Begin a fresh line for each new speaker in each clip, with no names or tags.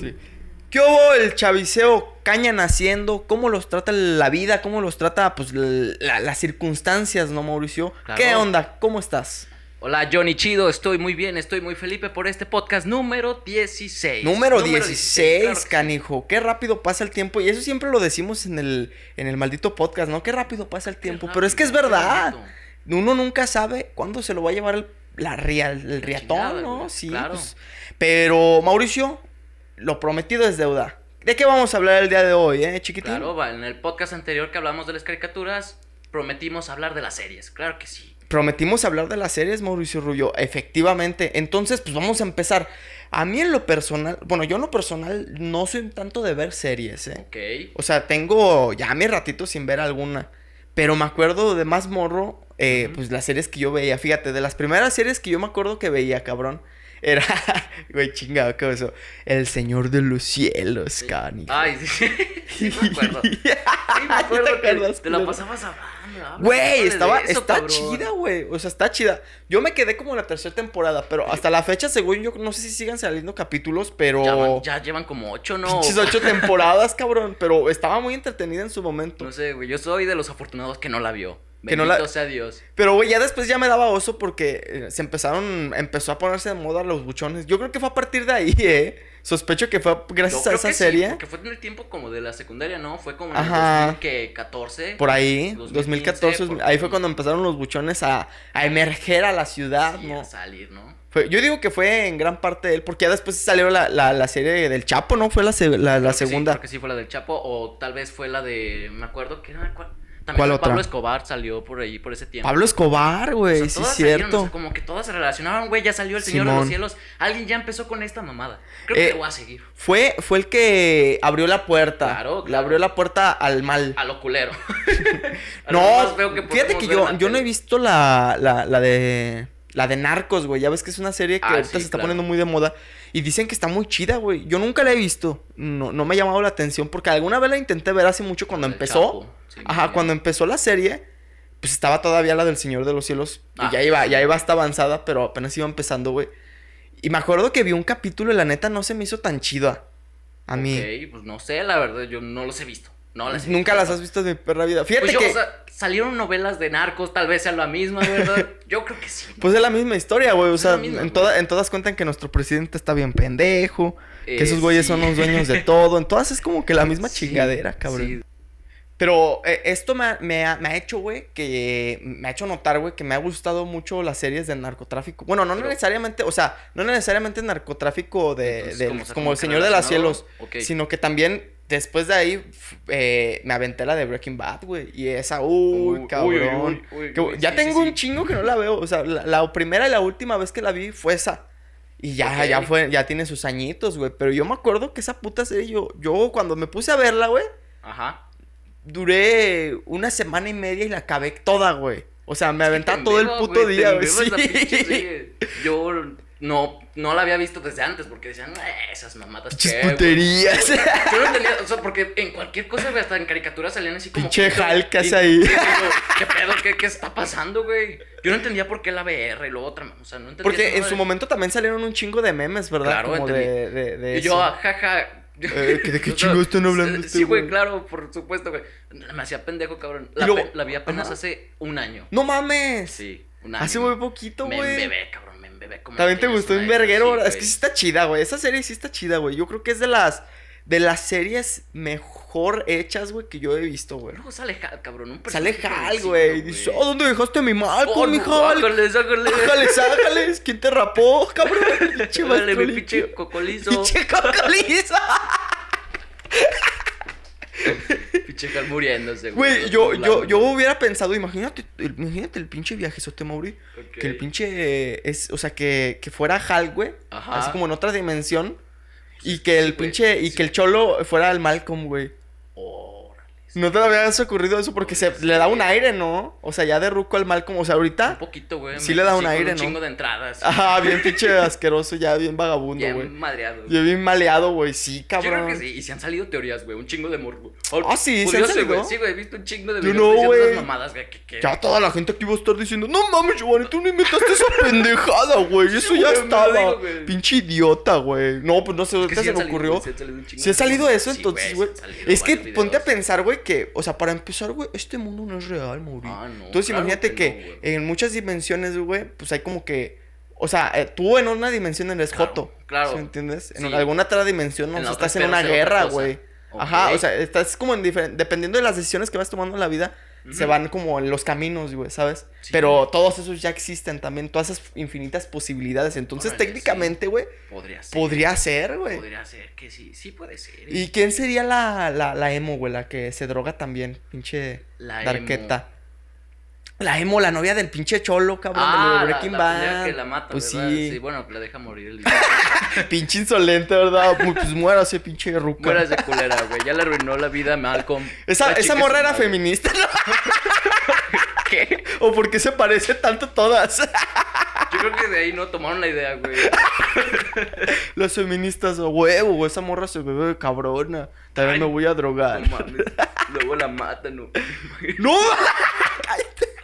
Sí. ¿Qué hubo el chaviceo caña naciendo? ¿Cómo los trata la vida? ¿Cómo los trata pues, la- las circunstancias, no, Mauricio?
Claro.
¿Qué onda? ¿Cómo estás?
Hola Johnny Chido, estoy muy bien, estoy muy Felipe por este podcast número 16.
Número 16,
16, claro que sí.
canijo. Qué rápido pasa el tiempo. Y eso siempre lo decimos en el, en el maldito podcast, ¿no? Qué rápido pasa el tiempo. Pero es que es
rápido, qué
verdad.
bonito.
Uno nunca sabe cuándo se lo va a llevar el, la ria- el riatón,
chingada,
¿no?
güey.
Sí.
Claro.
pues. Pero, Mauricio, lo prometido es deuda. ¿De qué vamos a hablar el día de hoy, eh, chiquitín?
Claro, va, en el podcast anterior que hablamos de las caricaturas, prometimos hablar de las series, claro que sí.
Prometimos hablar de las series, Mauricio Rubio. Efectivamente. Entonces, pues vamos a empezar. A mí en lo personal, bueno, yo en lo personal no soy tanto de ver series, ¿eh?
Ok.
O sea, tengo ya mi ratito sin ver alguna. Pero me acuerdo de más morro, eh, pues las series que yo veía. Fíjate, de las primeras series que yo me acuerdo que veía, cabrón. Era, güey, chingado, ¿qué eso? El Señor de los Cielos, cani.
Ay, sí, sí me acuerdo. Sí me acuerdo
¿Te
que
acuerdas,
te la
culero?
pasabas hablando. habla, háblale
Güey,
de
estaba,
eso,
está
cabrón.
chida, güey. O sea, está chida. Yo me quedé como en la tercera temporada, pero hasta la fecha, según yo, no sé si sigan saliendo capítulos, pero.
Ya, van- ya llevan como ocho, ¿no?
Pinches ocho temporadas, cabrón. Pero estaba muy entretenida en su momento.
No sé, güey, yo soy de los afortunados que no la vio.
Que
Bendito
no la-
sea Dios.
Pero, güey, ya después ya me daba oso porque eh, se empezaron, empezó a ponerse de moda los buchones. Yo creo que fue a partir de ahí, ¿eh? Sospecho que fue
Yo
gracias a
creo
esa
que sí,
serie.
porque fue en el tiempo como de la secundaria, ¿no? Fue como en el
Ajá.
2014.
por ahí,
2015,
2014,
por-
ahí fue cuando empezaron los buchones a, a emerger a la ciudad,
sí,
¿no?
a salir, ¿no?
Fue- yo digo que fue en gran parte él, porque ya después salió la, la, la serie del Chapo, ¿no? Fue la, se- la, la
Creo que sí,
segunda.
creo que sí fue la del Chapo o tal vez fue la de... Me acuerdo que era... ¿cuál? También
¿Cuál
fue
otra?
Pablo Escobar salió por ahí, por ese tiempo.
Pablo Escobar,
O
güey,
sea,
sí es
todas salieron,
cierto.
o sea, como que todas se relacionaban, güey, ya salió el Señor de los
Simón.
Cielos. Alguien ya empezó con esta mamada. Creo que
Eh,
le voy a seguir.
Fue, fue el que abrió la puerta.
Claro,
Le
claro.
abrió la puerta al mal.
A lo culero. A lo
No,
más feo que
fíjate
podemos
que
ver
yo,
en la
yo no he
tele.
visto la, la, la de. La de Narcos, güey. Ya ves que es una serie que
Ah,
ahorita
sí,
se está
claro.
poniendo muy de moda. Y dicen que está muy chida, güey. Yo nunca la he visto. No, no me ha llamado la atención. Porque alguna vez la intenté ver hace mucho cuando
Del
empezó.
Chapo, sí,
Ajá,
bien.
cuando empezó la serie. Pues estaba todavía la del Señor de los Cielos. y
Ah,
ya iba, ya iba hasta avanzada, pero apenas iba empezando, güey. Y me acuerdo que vi un capítulo y la neta no se me hizo tan chida. A mí.
Ok, pues no sé, la verdad, yo no los he visto. No las he
Nunca
visto.
las has visto de mi perra vida. Fíjate
Pues yo,
que.
o sea, salieron novelas de narcos, tal vez sea la misma, ¿verdad? Yo creo que sí.
Pues es la misma historia, güey. O
Es la
sea,
misma,
en,
güey.
toda- en todas cuentan que nuestro presidente está bien pendejo. Que
Eh,
esos güeyes
sí.
son los dueños de todo. En todas es como que la misma
Sí,
chingadera, cabrón.
sí.
Pero eh, esto me ha, me ha- me ha hecho, güey, que me ha hecho notar, güey, que me ha gustado mucho las series de narcotráfico. Bueno, no
Pero-
necesariamente, o sea, no necesariamente narcotráfico de,
Entonces,
del-
¿cómo se-
como
cómo
el
que
Señor de los
relacionado?
Cielos,
Ah, Ok.
sino que también después de ahí f- eh, me aventé la de Breaking Bad, güey. Y esa,
Uy,
uy,
uy,
cabrón.
uy, uy,
que-
uy,
ya
sí, sí,
tengo
sí.
un chingo que no la veo. O sea, la, la primera y la última vez que la vi fue esa. Y ya,
Ok.
ya fue, ya tiene sus añitos, güey. Pero yo me acuerdo que esa puta serie, yo, yo cuando me puse a verla, güey,
Ajá.
duré una semana y media y la acabé toda, güey. O sea, me aventaba todo el
Te
puto
enviaba,
día, güey.
güey, te enviaba esa pinche
Sí.
serie. Yo no, no la había visto desde antes porque decían, "Eh, esas mamadas
Pinches
qué, güey".
puterías.
Yo no entendía, o sea, porque en cualquier cosa, güey, hasta en caricaturas salían así como.
Pinche
que-
jalcas
y-
ahí.
y digo, ¿Qué pedo? ¿Qué, ¿Qué está pasando, güey? Yo no entendía por qué la BR y lo otra, o sea, no entendía.
Porque
esa
en su
madre.
momento también salieron un chingo de memes, ¿verdad?
Claro,
Como
entendí.
de, de, de
Y yo, ah,
eso.
jaja.
Eh, ¿que de qué
O sea,
chingo están hablando
Sí,
este
güey,
güey?
claro, por supuesto, güey. Me hacía pendejo, cabrón. La,
Y luego-
pe- la vi apenas
Ajá.
hace un año.
¡No mames!
Sí, un año.
Hace muy poquito,
Me
güey.
embebé, cabrón, me embebé. como
También te
tienes
gustó
una
un
hija,
verguero,
sí,
¿verdad? es que
güey.
sí está chida, güey. Esa serie sí está chida, güey. Yo creo que es de las de las series mejor hechas, güey, que yo he visto, güey.
Luego sale Hal, cabrón. Un
Sale
personaje
Hal,
invencible,
güey. y Dice, oh, ¿dónde dejaste mi mal
Oh,
con mi
no,
Hal?
ájale, ájale.
Ájale, ájales, ¿quién te rapó, cabrón? Pinche
Ájale,
maestro
mi pinche
limpio.
cocolizo.
Pinche cocoliza.
Pinche Hal muriéndose,
Güey, yo, yo, yo
Ok.
hubiera pensado, imagínate, el- imagínate el pinche viaje, Sote Mauri. Que el pinche eh, es, o sea, que, que fuera Hal, güey.
Ajá.
Así como en otra dimensión. Y que el
güey,
pinche, y
sí.
que el cholo fuera el Malcolm, güey.
Órale.
No te habías ocurrido eso porque se le da un aire, ¿no? O sea, ya de ruco al mal como, o sea,
Un
ahorita.
poquito, güey.
Sí
me-
le da un
con
aire,
un
¿no?
chingo de entradas.
Ajá, bien pinche asqueroso, ya bien vagabundo,
bien
güey.
madreado.
Yo bien maleado, güey. Sí,
Yo creo
cabrón.
que sí. Y se han salido teorías, güey. Un chingo de morbo.
Ah, sí, ¿se han
Curioso,
salido?
güey. Sí, güey. He visto un chingo de
Yo
videos
no,
diciendo
güey.
unas mamadas, güey. Que, que-
Ya toda la gente aquí va a estar diciendo, no mames, Giovanni, tú no inventaste esa pendejada, güey. Eso ya
güey, me lo
estaba.
digo, güey.
Pinche idiota, güey. No, pues no sé,
que
ahorita
sí
se
han
me
salido,
ocurrió.
güey, sí han salido un chingo
Si ha
de
salido
videos.
eso,
Sí,
entonces,
sí
güey.
han salido
Es que
varios
ponte a
videos.
pensar, güey, que, o sea, para empezar, güey, este mundo no es real, Mauri.
Ah, no,
entonces,
claro
imagínate
que
que,
no, güey.
en muchas dimensiones, güey, pues hay como que. O sea, eh, tú en una dimensión eres
Claro,
Joto.
claro.
¿sí me entiendes? En
Sí.
alguna otra dimensión, no,
En
o
la
sea,
otra
estás en
esperas
una
ser otra
guerra,
cosa.
güey.
Ok.
Ajá, o sea, estás como en diferente. Dependiendo de las decisiones que vas tomando en la vida, se
Ujú.
van como en los caminos, güey, ¿sabes?
Sí.
Pero todos esos ya existen también, todas esas infinitas posibilidades. Entonces,
Órale, sí.
técnicamente, güey,
Podría ser.
podría ser, güey.
Podría ser que sí. Sí puede ser. ¿eh?
¿Y quién sería la, la, la emo, güey? La que se droga también, pinche
La
darqueta. La emo, la novia del pinche cholo, cabrón, de lo de Breaking
Ah, la,
Bad.
la pelea que la mata,
pues
¿verdad?
sí.
bueno, la deja morir. El...
Pinche insolente, ¿verdad? Pues, pues muérase, pinche ruca.
Mueras de culera, güey. Ya le arruinó la vida a Malcolm.
Esa,
La
esa
chica
morra
es
era
madre.
feminista, ¿no?
¿Qué?
¿O por qué se parece tanto todas?
Yo creo que de ahí no tomaron la idea, güey.
Las feministas, a huevo, güey, esa morra se bebe de cabrona. También
Ay.
me voy a drogar.
No mames. Luego la matan, ¿no?
¡No! ¡Cállate!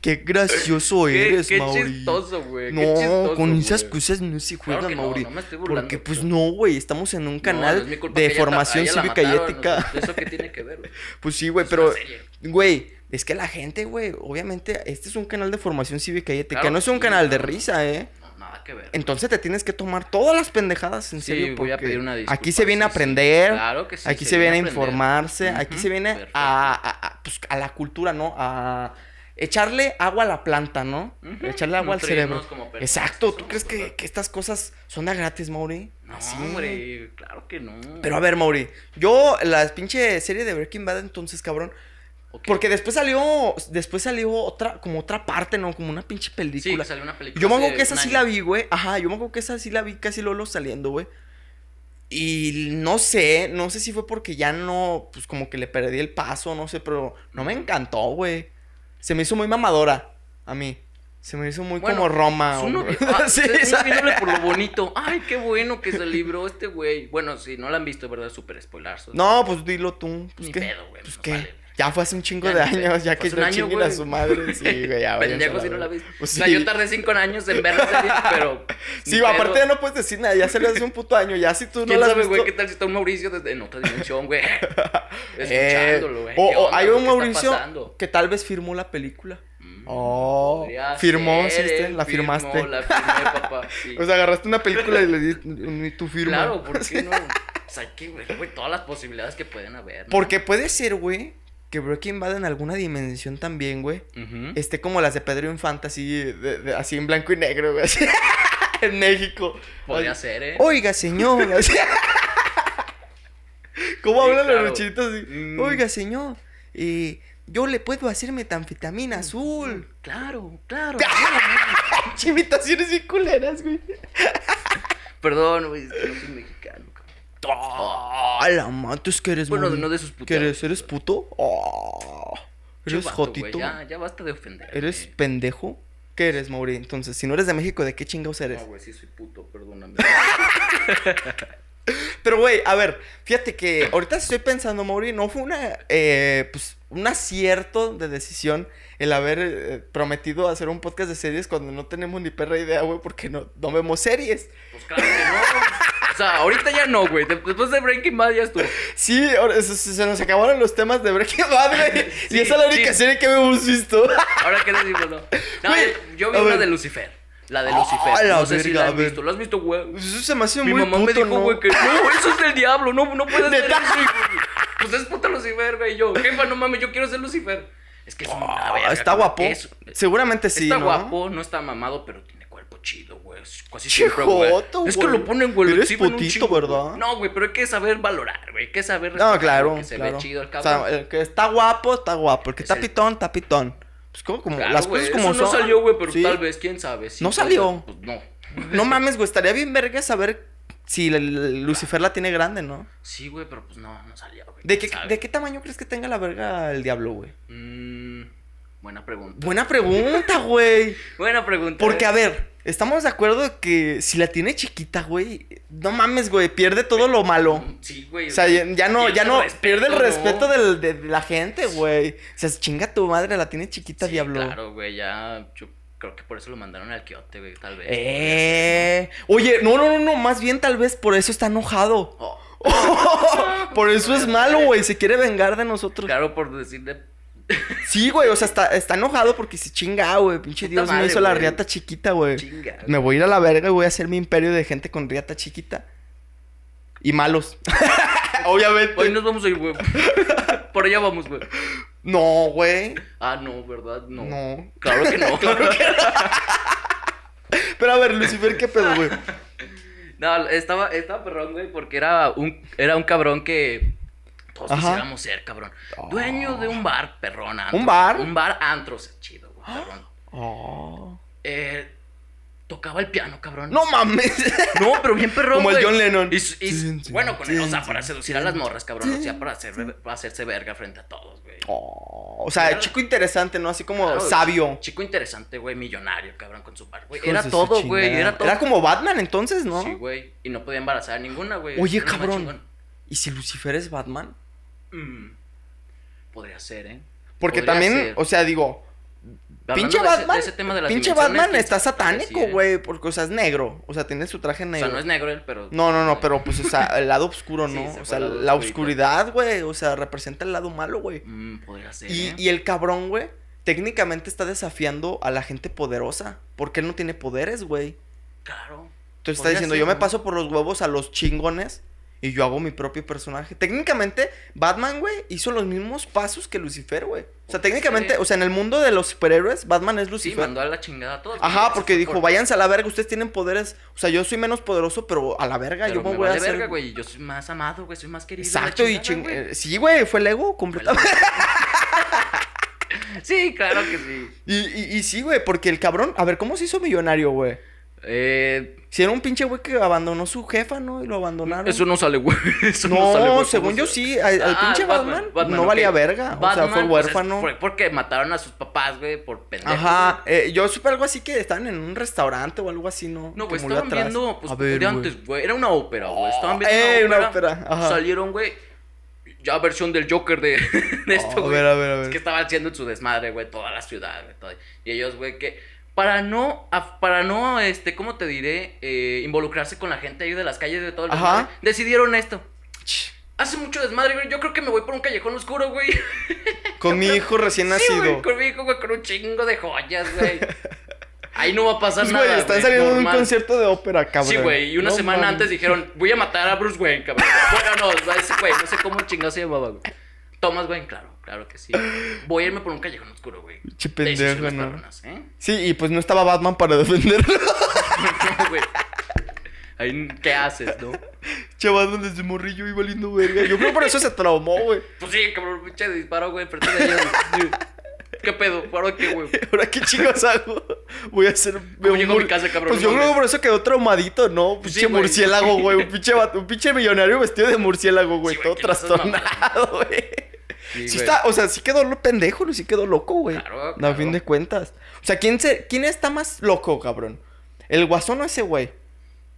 ¡Qué gracioso
Qué,
eres,
qué
Mauri!
chistoso, güey.
No,
qué chistoso,
con pues esas
güey.
cosas no se
Claro
juega,
que no,
Mauri.
no me estoy burlando,
porque pues
pero-
no, güey, estamos en un
No, no
canal
es mi culpa que
de
ella ta- a
formación
ella la
cívica y
mataron,
ética.
o sea, ¿Eso qué tiene que ver, güey?
Pues sí, güey,
Es
pero
una serie.
güey, es que la gente, güey, obviamente este es un canal de formación cívica y ética,
Claro
no es
que
un
sí,
canal de
no, no.
risa, ¿eh?
No, nada que ver.
Entonces te tienes que tomar todas las pendejadas en
Sí,
serio
voy
porque
a pedir una disculpa,
aquí se viene a
sí, sí.
aprender.
Claro que sí,
Aquí
se
se, viene a
viene a aprender.
informarse, aquí
Ujú,
se viene
perfecto.
a, a- a, pues, a la cultura, ¿no? A echarle agua a la planta, ¿no?
Ujú,
Echarle agua al
nutrirnos
cerebro.
como personas
Exacto,
que
¿tú
somos,
crees que,
¿verdad?
que estas cosas son de gratis, Mauri?
No,
Así.
hombre, claro que no.
Pero a ver, Mauri, yo la pinche serie de Breaking Bad entonces, cabrón,
Ok.
porque después salió, después salió otra, como otra parte, ¿no? Como una pinche
Sí,
película.
que salió una película.
Yo me acuerdo
hace
que esa
un
sí
año.
la vi, güey. Ajá, yo me acuerdo que esa sí la vi casi Lolo saliendo, güey. Y no sé, no sé si fue porque ya no, pues como que le perdí el paso, no sé, pero no me encantó, güey. Se me hizo muy mamadora a mí. Se me hizo muy
Bueno,
como Roma.
Es
o-
uno que- ah,
sí,
es uno
¿sabes?
viéndole por lo bonito. Ay, qué bueno que se libró este güey. Bueno, si no la han visto, ¿verdad? Súper spoilers.
No, pues dilo tú. Pues,
Ni
¿qué?
pedo, güey,
Pues,
nos
¿qué?
vale.
Ya fue hace un chingo
Ya
de
ni pedo.
años, ya
Fue
que
hace un
no
año,
chinguen a
güey.
su madre. Sí, güey, ya, váyanse a
Pendejo si no la
verga.
viste.
Pues,
O sea, yo
sí.
tardé cinco años en verla, serie, pero.
Sí, aparte ya no puedes decir nada, ya se le hace un puto año, ya si tú no
¿Quién
la has
sabe, güey?
visto-
¿Qué tal si está un Mauricio desde en otra dimensión, güey?
Eh,
Escuchándolo, güey.
o,
¿Qué
o
onda,
hay
güey?
un
¿Qué está
Mauricio
pasando?
que tal vez firmó la película.
Mm,
Oh,
podría
firmó, sí,
ser,
este,
eh,
la
firmó,
firmaste.
La firmé, papá. sí.
O sea, agarraste una película y le di un- tu firma.
Claro, ¿por qué no? O sea, hay que ver, güey, todas las posibilidades que pueden haber. ¿no?
Porque puede ser, güey, que Breaking Bad en alguna dimensión también, güey,
Ujú.
esté como las de Pedro Infante, así, de- de- así en blanco y negro, güey, así, en México.
Podría
Oye,
ser, ¿eh?
Oiga, señor. así. ¿Cómo
Sí,
hablan
claro.
los luchitos así?
Mm.
Oiga, señor, eh, yo le puedo hacer metanfetamina azul.
Claro, claro.
Chimitaciones y culeras, güey.
Perdón, güey, es que no soy mexicano. cabrón.
Ah, la mato, es que eres
Bueno,
muy-
no de esos putos.
que eres, eres puto. Ah,
Che,
eres
vato,
jotito.
güey, Ya, ya basta de ofender.
Eres pendejo. ¿Qué eres, Mauri? Entonces, si no eres de México, ¿de qué chingados eres?
No, güey, sí soy puto, perdóname.
Pero, güey, a ver, fíjate que ahorita estoy pensando, Mauri, no fue una, eh, pues, un acierto de decisión el haber eh, prometido hacer un podcast de series cuando no tenemos ni perra idea, güey, porque no, no vemos series.
Pues claro que no. O sea, ahorita ya no, güey. De- Después de Breaking Bad ya estuvo.
Sí, ahora se, se- se nos acabaron los temas de Breaking Bad, güey. y
Sí,
esa es la única
sí.
serie que hemos visto.
Ahora qué decimos, no. No,
Güey,
yo, yo vi
a
una
ver.
de Lucifer. La de
Ah,
Lucifer.
la
no sé si
verga,
la
a
has
ver.
visto. ¿Lo has visto, güey?
Eso se me hace
Mi
muy
mamá me
puto,
dijo,
¿no?
güey, que no, eso es del diablo, no, no puedes ver
¿Neta?
eso, hijo". Pues es puta Lucifer, güey. y Yo, jefa, no mames, yo quiero ser Lucifer. Es que es una
Ah,
verga,
está
como
guapo.
que es-
Seguramente sí,
está
¿no?
guapo, no está mamado, pero tiene cuerpo chido, güey. es Casi
Che,
siempre, güey.
joto,
Es que
güey.
lo ponen, güey. lo
Eres
exhiben un
putito,
chingo, güey.
¿verdad?
No, güey, pero hay que saber valorar, güey. Hay que saber
No,
respetar,
claro,
güey, Que se
claro.
ve chido el
O
cabrón.
sea, eh, el que está guapo, está guapo. El que
Es
está
el-
pitón, está pitón. Pues como, como
Claro,
las
güey,
cosas como
eso no
son.
salió, güey, pero
Sí.
tal vez, quién sabe. sí,
No
puede
salió.
ser, Pues no.
No mames, güey, estaría bien verga saber Sí, la- la- Lucifer la tiene grande, ¿no?
Sí, güey, pero pues no, no salía, güey.
¿De
¿Quién
qué,
sabe?
¿De qué tamaño crees que tenga la verga el diablo, güey?
Mm, buena pregunta.
Buena pregunta, güey.
Buena pregunta.
Porque,
eh.
a ver, estamos de acuerdo de que si la tiene chiquita, güey, no mames, güey, pierde todo lo malo.
Sí, güey.
O sea, ya ya no,
Pierde
ya
el
no,
respeto,
pierde el
¿no?
respeto del- de, de la gente, güey. O sea, chinga tu madre, la tiene chiquita,
Sí,
diablo.
Claro, güey, ya. Yo creo que por eso lo mandaron al quiote, güey, tal vez.
Eh. Oye, no, no, no, no, más bien tal vez por eso está enojado.
Oh,
Por eso es malo, güey, se quiere vengar de nosotros.
claro, por decirle.
Sí, güey, o sea, está, está enojado porque se chinga, güey, pinche
Puta
Dios me
madre,
hizo la
güey.
riata chiquita, güey.
Chinga.
Me voy a ir a la verga y voy a hacer mi imperio de gente con riata chiquita. Y malos.
Hoy
Obviamente.
nos vamos a ir, güey. Por allá vamos, güey.
No, güey.
Ah, no, ¿verdad? No.
No.
Claro que no.
Pero a ver, Lucifer, ¿qué pedo, güey?
No, estaba, estaba perrón, güey, porque era un, era un cabrón que todos
Ajá.
quisiéramos ser, cabrón. Dueño de un bar, perrón. antro.
¿Un bar? ¿Ah?
Un bar antros, chido, güey, perrón.
Oh.
Eh, tocaba el piano, cabrón.
No mames.
No, pero bien perrón,
Como el
güey.
John Lennon.
Y su- y su-
Tin, tin,
bueno, con él, o sea,
tin,
para
tin,
seducir a las morras, cabrón. O sea,
tin,
para, hacer, para hacerse verga frente a todos, güey.
Oh, o sea,
Claro.
chico interesante, ¿no? Así como
Claro,
sabio.
Chico interesante, güey, millonario, cabrón, con su bar, güey.
Hijos
Era
de su
todo, güey,
chingada.
era todo.
Era como Batman entonces, ¿no?
Sí, güey. Y no podía embarazar a ninguna, güey.
Oye,
Era lo más
cabrón.
chingón.
¿Y si Lucifer es Batman?
Mm. Podría ser, ¿eh?
Porque
Podría
también,
ser.
o sea, digo,
Hablando
pinche
de ese-
Batman,
de ese tema de las
pinche
dimensiones,
Batman
quién
está
sabe si
satánico,
era.
güey, porque, o sea, es negro, o sea, tiene su traje
¿eh? O
negro.
sea, no es negro él, pero. Mm,
no, no, no, pero pues, o sea, el lado oscuro,
Sí,
¿no?
se
o
fue
sea,
al lado
la
oscurito.
oscuridad, güey, o sea, representa el lado malo, güey.
Mm, podría ser.
Y,
¿eh?
y el cabrón, güey, técnicamente está desafiando a la gente poderosa, porque él no tiene poderes, güey.
Claro.
Entonces está
Podría
diciendo,
ser,
yo me
¿no?
paso por los huevos a los chingones y yo hago mi propio personaje. Técnicamente, Batman, güey, hizo los mismos pasos que Lucifer, güey. O sea,
Podría
técnicamente,
ser.
o sea, en el mundo de los superhéroes, Batman es
Sí,
Lucifer.
mandó a la chingada a todos.
Ajá,
güey.
porque
Se
dijo,
fue por-
váyanse a la verga, ustedes tienen poderes. O sea, yo soy menos poderoso, pero a la verga,
pero
yo me,
me
voy a
vale
hacer...
verga, güey. Yo soy más amado, güey. Soy más querido. la
Exacto, y
chingada,
ching...
güey.
eh, Sí, güey, fue el ego completamente.
Sí, claro que sí.
Y, y, y sí, güey, porque el cabrón... A ver, ¿cómo se hizo millonario, güey?
Eh,
Si era un pinche güey que abandonó su jefa, ¿no? Y lo abandonaron.
eso no sale, güey. Eso no,
No,
sale, güey.
según
¿Cómo
yo
se-
sí, al, al
Ah,
pinche Batman, no
ok.
valía verga, o sea, fue
Batman, pues,
huérfano.
fue porque mataron a sus papás, güey, por pendejo.
Ajá, eh, yo supe algo así que estaban en un restaurante o algo así, ¿no?
No,
Que
güey,
murió
estaban
atrás.
viendo, pues,
A ver,
de
güey.
antes, güey. Era una ópera, güey. Estaban
Eh,
viendo
una ópera, ajá.
Salieron, güey, ya versión del Joker de, de esto,
Oh, a
güey.
ver, a ver, a
Es
ver.
que estaban haciendo su desmadre, güey, toda la ciudad, güey. todo. Y ellos, güey, que para no, af- para no, este, ¿cómo te diré? Eh, involucrarse con la gente ahí de las calles de todo el
Ajá.
desmadre, decidieron esto.
Ch,
Hace mucho desmadre, güey. Yo creo que me voy por un callejón oscuro, güey.
Con mi hijo recién
Sí,
nacido.
güey, con mi hijo, güey, con un chingo de joyas, güey. Ahí no va a pasar
Pues,
nada.
güey, están saliendo de un
normal.
concierto de ópera, cabrón.
Sí, güey, y una
No
semana
mames.
antes dijeron, voy a matar a Bruce Wayne, cabrón. Bueno, no, o sea, ese güey, no sé cómo chingado se llamaba, güey. Thomas Wayne, claro, claro que sí. Voy a irme por un callejón oscuro, güey.
Che pendejo,
Decisiones
¿no?
cabronas, ¿eh?
Sí, y pues no estaba Batman para defenderlo.
No, güey. Ahí, ¿Qué haces, no?
che, Batman desde morrillo iba lindo verga. Yo creo por eso se traumó, güey.
Pues sí, cabrón, pinche disparo, güey, frente de ellos. ¿Qué pedo? ¿Para qué, güey?
Ahora qué chicos hago. Voy a hacer.
¿Cómo
un
llego a mi
mur-
casa, cabrón?
Pues
No
yo creo que
mames.
por eso quedó traumadito, ¿no?
Pues
Pinche
sí, güey.
murciélago, güey. Un pinche, vato- un pinche millonario vestido de murciélago, güey.
Sí,
todo
güey, que no seas
trastornado, güey. Sí,
güey.
está, o sea, sí quedó lo pendejo, sí quedó loco, güey.
Claro,
A
claro.
fin de cuentas. O sea, ¿quién, se, ¿quién está más loco, cabrón? ¿El guasón o ese güey?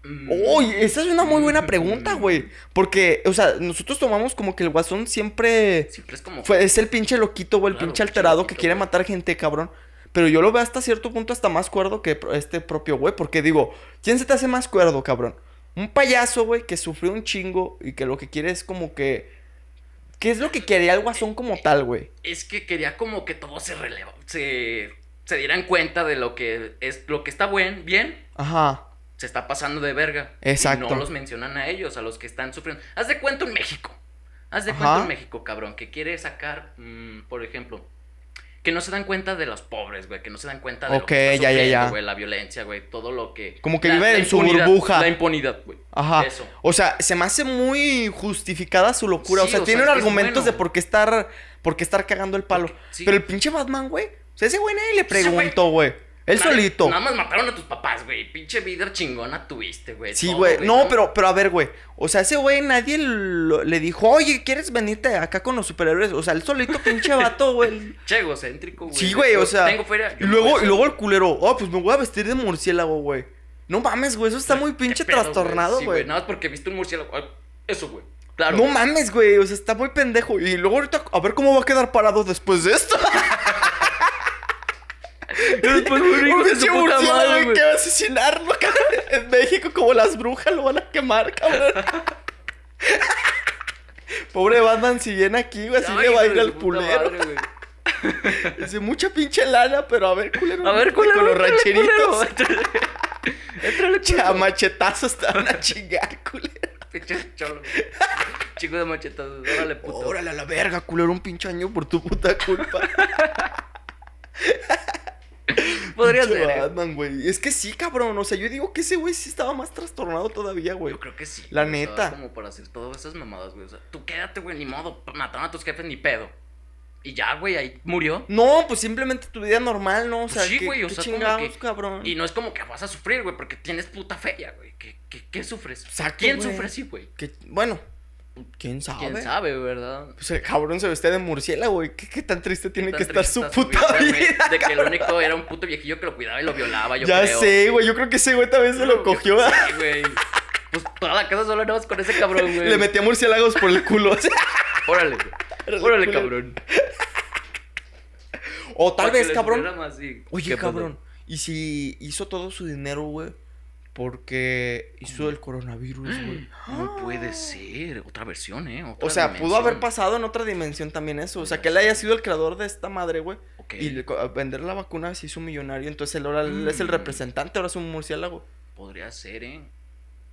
Mm,
Uy, esa es una muy buena pregunta, güey. Porque, o sea, nosotros tomamos como que el guasón siempre.
Siempre es como...
Fue- es el pinche loquito, güey, el
Claro,
pinche
pinche
alterado que
loquito,
quiere
güey.
matar gente, cabrón. Pero yo lo veo hasta cierto punto hasta más cuerdo que pro- este propio güey. Porque digo, ¿quién se te hace más cuerdo, cabrón? Un payaso, güey, que sufrió un chingo y que lo que quiere es como que. ¿Qué es lo que quería el guasón como tal, güey?
es que quería como que todo se releva, se, se dieran cuenta de lo que es lo que está buen, bien,
Ajá.
se está pasando de verga.
Exacto.
Y no los mencionan a ellos, a los que están sufriendo. Haz de cuenta en México. Haz de
Ajá.
cuenta en México, cabrón, que quiere sacar, mm, por ejemplo, que no se dan cuenta de los pobres, güey, que no se dan cuenta de
Ok,
lo que
ya, ya,
sufriendo,
ya.
güey, la violencia, güey, todo lo que
Como que
la-
viven
la
en su
impunidad,
burbuja. Ah,
La impunidad, güey.
Ajá.
Eso.
O sea, se me hace muy justificada su locura. o
Sí,
sea,
o
tienen
sea, es
argumentos
bueno.
de por qué estar. por qué estar cagando el palo.
Porque- sí.
Pero el pinche Batman, güey. O sea, ese güey nadie le
Ese güey-
preguntó, güey. Él
Nada-
solito.
Nada más mataron a tus papás, güey. Pinche vida chingona tuviste, güey.
Sí,
todo,
güey. No,
Nada-
pero, pero a ver, güey. O sea, ese güey nadie lo- le dijo, oye, ¿quieres venirte acá con los superhéroes? O sea, el solito pinche vato, güey.
Che, egocéntrico, güey.
Sí, güey, o sea.
Tengo feria.
Y
yo me voy
luego,
a-
y luego el culero, oh, pues me voy a vestir de murciélago, güey. No mames, güey, eso está muy
¿Qué
pinche
pedo, güey?
trastornado,
Sí,
güey.
Nada más porque viste un murciélago. Ay, Eso, güey. Claro.
No mames, güey, o sea, está muy pendejo. Y luego ahorita, a ver cómo va a quedar parado después de esto.
después, güey, hijo
Un
de su
pinche
puta
murciélago
madre,
güey,
güey.
que va a asesinarlo, cabrón. En México, como las brujas, lo van a quemar, cabrón. Pobre Batman, si viene aquí, güey, así
Ay,
le va a
hijo
ir
de
al
su puta
culero.
madre, güey.
Dice, mucha pinche lana, pero a ver, culero.
A ver,
métete
culero.
Con los rancheritos.
Entrale,
A machetazos te van a chingar, culero.
Pinche cholo. Chico de machetazo. Órale, puto.
Órale a la verga, culero, un pinche año por tu puta culpa.
Podría
Pinche
ser. eh.
Batman, güey. Es que sí, cabrón. O sea, yo digo que ese güey sí estaba más trastornado todavía, güey.
Yo creo que sí.
La
güey, o sea,
neta.
como para hacer todas esas mamadas, güey. O sea, tú quédate, güey, ni modo. Mataron a tus jefes, ni pedo. Y ya, güey, ahí murió.
No, pues simplemente tu vida normal, ¿no? O sea,
Sí,
¿qué,
güey, o
qué
sea, como
chingados,
que-
cabrón.
Y no es como que vas a sufrir, güey, porque tienes puta feria, güey. ¿Qué, qué, qué sufres?
Exacto,
¿Quién
güey.
sufre así, güey?
Que- bueno, quién sabe.
¿Quién sabe, verdad?
Pues el cabrón se vestía de murciélago, güey. ¿Qué, qué tan triste tiene
Tan
que estar
triste
su
está
puta
vida,
vida.
güey, De que el único era un puto viejillo que lo cuidaba y lo violaba, yo
ya
creo.
sé, güey. Yo creo que ese güey también se lo cogió.
Sí, güey. Pues toda la casa solo andabas con ese cabrón, güey.
Le metía murciélagos por el culo. o sea.
Órale, güey.
Órale,
Órale,
culero.
cabrón.
o tal
Para que
vez,
les
cabrón.
durara más, sí.
Oye,
¿Qué pasó?
cabrón, ¿y si hizo todo su dinero, güey? Porque hizo el coronavirus, güey.
No puede ser. Otra versión, ¿eh? Otra
O sea, pudo haber
dimensión.
pasado en otra dimensión también eso. O sea, que él haya sido el creador de esta madre, güey.
Ok.
Y le co- a vender la vacuna se hizo millonario. Entonces él ahora
Mm.
es el representante, ahora es un murciélago.
Podría ser, ¿eh?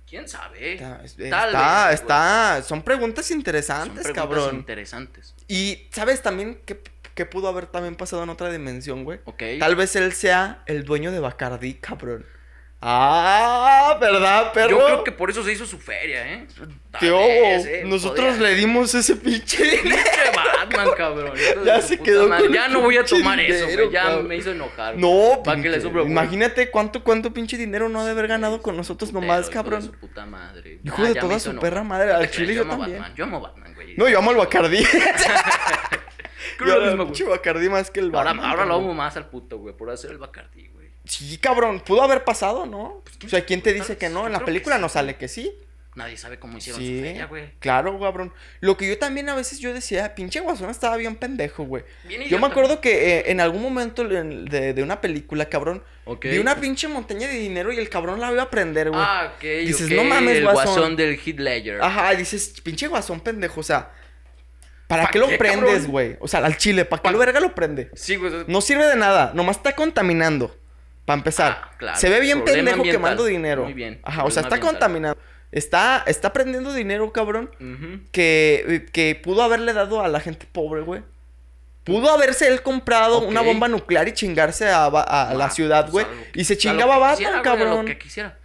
¿Quién sabe?
Está, es-
Tal
está,
vez, güey.
está- Son preguntas
Son
interesantes,
preguntas
cabrón.
interesantes.
y, ¿sabes también qué, qué pudo haber también pasado en otra dimensión, güey?
Ok.
Tal vez él sea el dueño de Bacardí, cabrón. Ah, ¿verdad, perro?
Yo creo que por eso se hizo su feria, ¿eh? Tal
Tío,
vez, ¿eh?
nosotros
Podría-
le dimos ese pinche dinero.
Pinche Batman, cabrón. hijo de
Ya
su
se
puta
quedó
madre.
con
Ya
el
no voy a
pinche
tomar eso,
dinero,
güey. Ya
cabrón.
me hizo enojar.
No,
Pa' que le
pinche,
sobra, güey.
imagínate cuánto, cuánto pinche dinero no ha de haber ganado con nosotros nomás,
Hijo de
cabrón.
su puta madre. Ah,
Hijo de
pues, ya
toda
me hizo
su
enojar.
perra madre,
No
al
te creas,
chile yo
amo a
también.
Batman, Yo amo a Batman, güey.
No, yo amo al Bacardí.
Creo lo
Yo
mismo,
al
güey.
pinche Bacardí más que el
Ahora,
Batman,
ahora lo
cabrón.
amo más al puto, güey, por hacer el Bacardi, güey.
Sí, cabrón, pudo haber pasado, ¿no? O sea, ¿quién te
tal
dice
vez,
que no?
Pues, yo
En la
creo que
película
sí.
no sale que sí.
Nadie sabe cómo hicieron
Sí,
su feria, güey.
claro, cabrón. Lo que yo también a veces yo decía, pinche Guasón estaba bien pendejo, güey.
Bien
Yo me
idiota.
acuerdo que eh, en algún momento en- de, de una película, cabrón,
Ok.
vi una pinche montaña de dinero y el cabrón la iba a prender, güey.
Ah, ok.
Dices,
ok,
no mames,
el
guasón. Ah.
del Heath Ledger.
Ajá, y dices, pinche Guasón pendejo, o sea, ¿para
¿Pa
qué lo
qué,
prendes,
cabrón?
güey? O sea, al chile, ¿para qué
Pa-
lo verga lo prende?
Sí, güey. o sea,
No sirve de nada, nomás está contaminando. Para empezar,
Ah, claro.
se ve bien
Problema
pendejo
ambiental.
quemando dinero.
Muy bien,
Ajá, o sea,
problema
está
ambiental.
contaminando. Está, está prendiendo dinero, cabrón.
ujú.
que, que pudo haberle dado a la gente pobre, güey. Pudo haberse él comprado
Ok.
una bomba nuclear y chingarse a, Ba- a la
Ah,
ciudad, güey.
pues, a lo que-
y se
a lo
chingaba
que
a Batman,
quisiera, güey, a lo
cabrón.
que quisiera.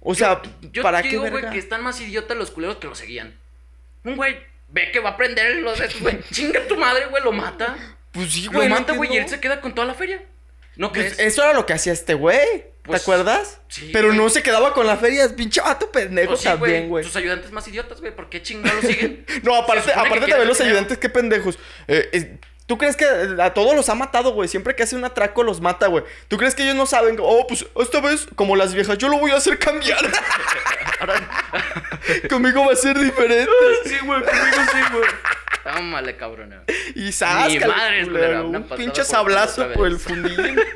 O sea,
Yo
¿para
te
qué
digo, güey,
verga?
que están más idiotas los culeros que lo seguían. Un güey ve que va a prender los de güey. Chinga tu madre, güey, lo mata.
Pues sí,
lo
no
mata, güey, y él
entiendo.
se queda con toda la feria. ¿No
Pues
crees?
eso era lo que hacía este güey.
Pues,
¿Te acuerdas?
sí,
Pero
güey.
no se quedaba con la feria, es pinche vato pendejo
Pues sí,
también, güey.
Sus ayudantes más idiotas, güey, ¿por qué chingados lo siguen?
No,
Se
aparte,
supone que
aparte
quieren
también los
dinero.
ayudantes, qué pendejos. Eh, es- ¿Tú crees que a todos los ha matado, güey? Siempre que hace un atraco los mata, güey. ¿Tú crees que ellos no saben? Oh, pues esta vez, como las viejas, yo lo voy a hacer cambiar. Conmigo va a ser diferente.
sí, güey, conmigo sí, güey. Tómale, cabrón.
Y "Ah, sasca,
Ni
el
madres,
culero,
culera, una
Un
patada
pinche
por-
sablazo
otra
por el
vez.
fundillo.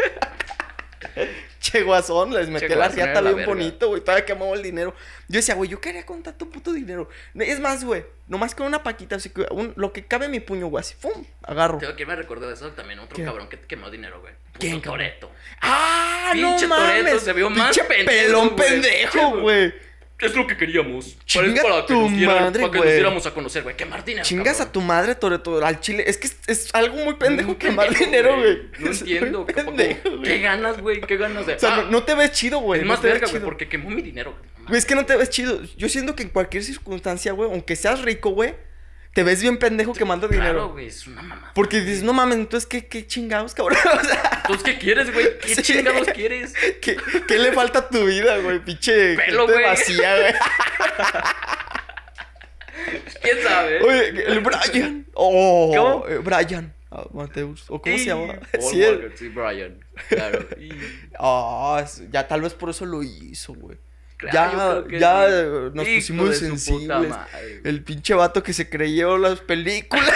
Che guasón, les metí la
guasón,
riata
era la
bien
verga.
bonito, güey. Todavía quemaba el dinero. Yo decía, güey, yo quería contar tu puto dinero. Es más, güey, nomás con una paquita, así que un- lo que cabe en mi puño, güey, así, ¡fum! Agarro.
Tengo que me recordó de eso también, otro
¿Qué?
cabrón que te quemó dinero, güey. Puto
¿Quién, cabrón?
Toretto.
¡Ah,
Pinche
no mames!
Toretto, se vio más
Pinche
pendejo,
pelón
güey.
pendejo, güey.
Es lo que queríamos.
Chinga
Para- para que
tu
nos dieran-
madre,
para que
güey.
nos diéramos a conocer, güey. Quemar dinero.
Chingas
cabrón.
a tu madre, Toreto, al chile. Es que es, es algo muy pendejo
Muy
quemar
pendejo,
dinero, güey.
No
Es muy
entiendo. ¿qué-
pendejo,
¿Qué,
güey.
ganas, güey? ¿Qué ganas de.?
O sea,
Ah,
no, no te ves chido, güey.
es
no
más
te ves
verga, güey,
chido.
porque quemó mi dinero. güey.
Güey, es que no te ves chido. Yo siento que en cualquier circunstancia, güey, aunque seas rico, güey, te ves bien pendejo que manda
Claro,
dinero.
güey, es una mamada.
Porque dices, no mames, entonces, ¿qué, qué chingados, cabrón? O sea,
Entonces, ¿qué quieres, güey? ¿Qué
Sí.
chingados quieres?
¿qué, qué le falta a tu vida, güey? Pinche
Pelo,
gente
güey.
vacía, güey.
¿Quién sabe?
Oye, el Brian. Oh,
¿Cómo?
eh, Brian. Ah, Mateus. ¿O cómo
Sí,
se llama?
Paul
Sí, el-
Walker, sí, Brian. Claro. Y,
Ah, es- ya tal vez por eso lo hizo, güey.
claro, yo creo
ya
que
ya
sí.
eh, nos
Hijo de
pusimos
su puta
sensibles.
madre, güey.
El pinche vato que se creyó las películas.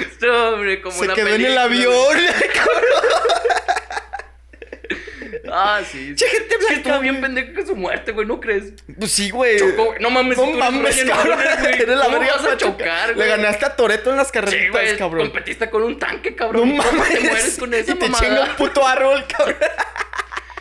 Este hombre, como
se
una
quedó en el
película,
avión.
güey. Ah, sí.
Che, gente
es que
blanca,
estuvo bien
güey.
pendejo que su muerte, güey, ¿no crees?
pues sí, güey.
Chocó, güey. No mames,
No
tú eres
mames,
Brian
cabrón.
O'Connor, güey.
Eres la
¿Cómo
verga
vas a
para
chocar, güey?
Le ganaste a Toreto en las
Sí,
carreritas,
güey,
cabrón.
competiste con un tanque,
No
cabrón. ¿Cómo
mames.
te mueres con esa
y te chinga un
mamada?
puto árbol, cabrón.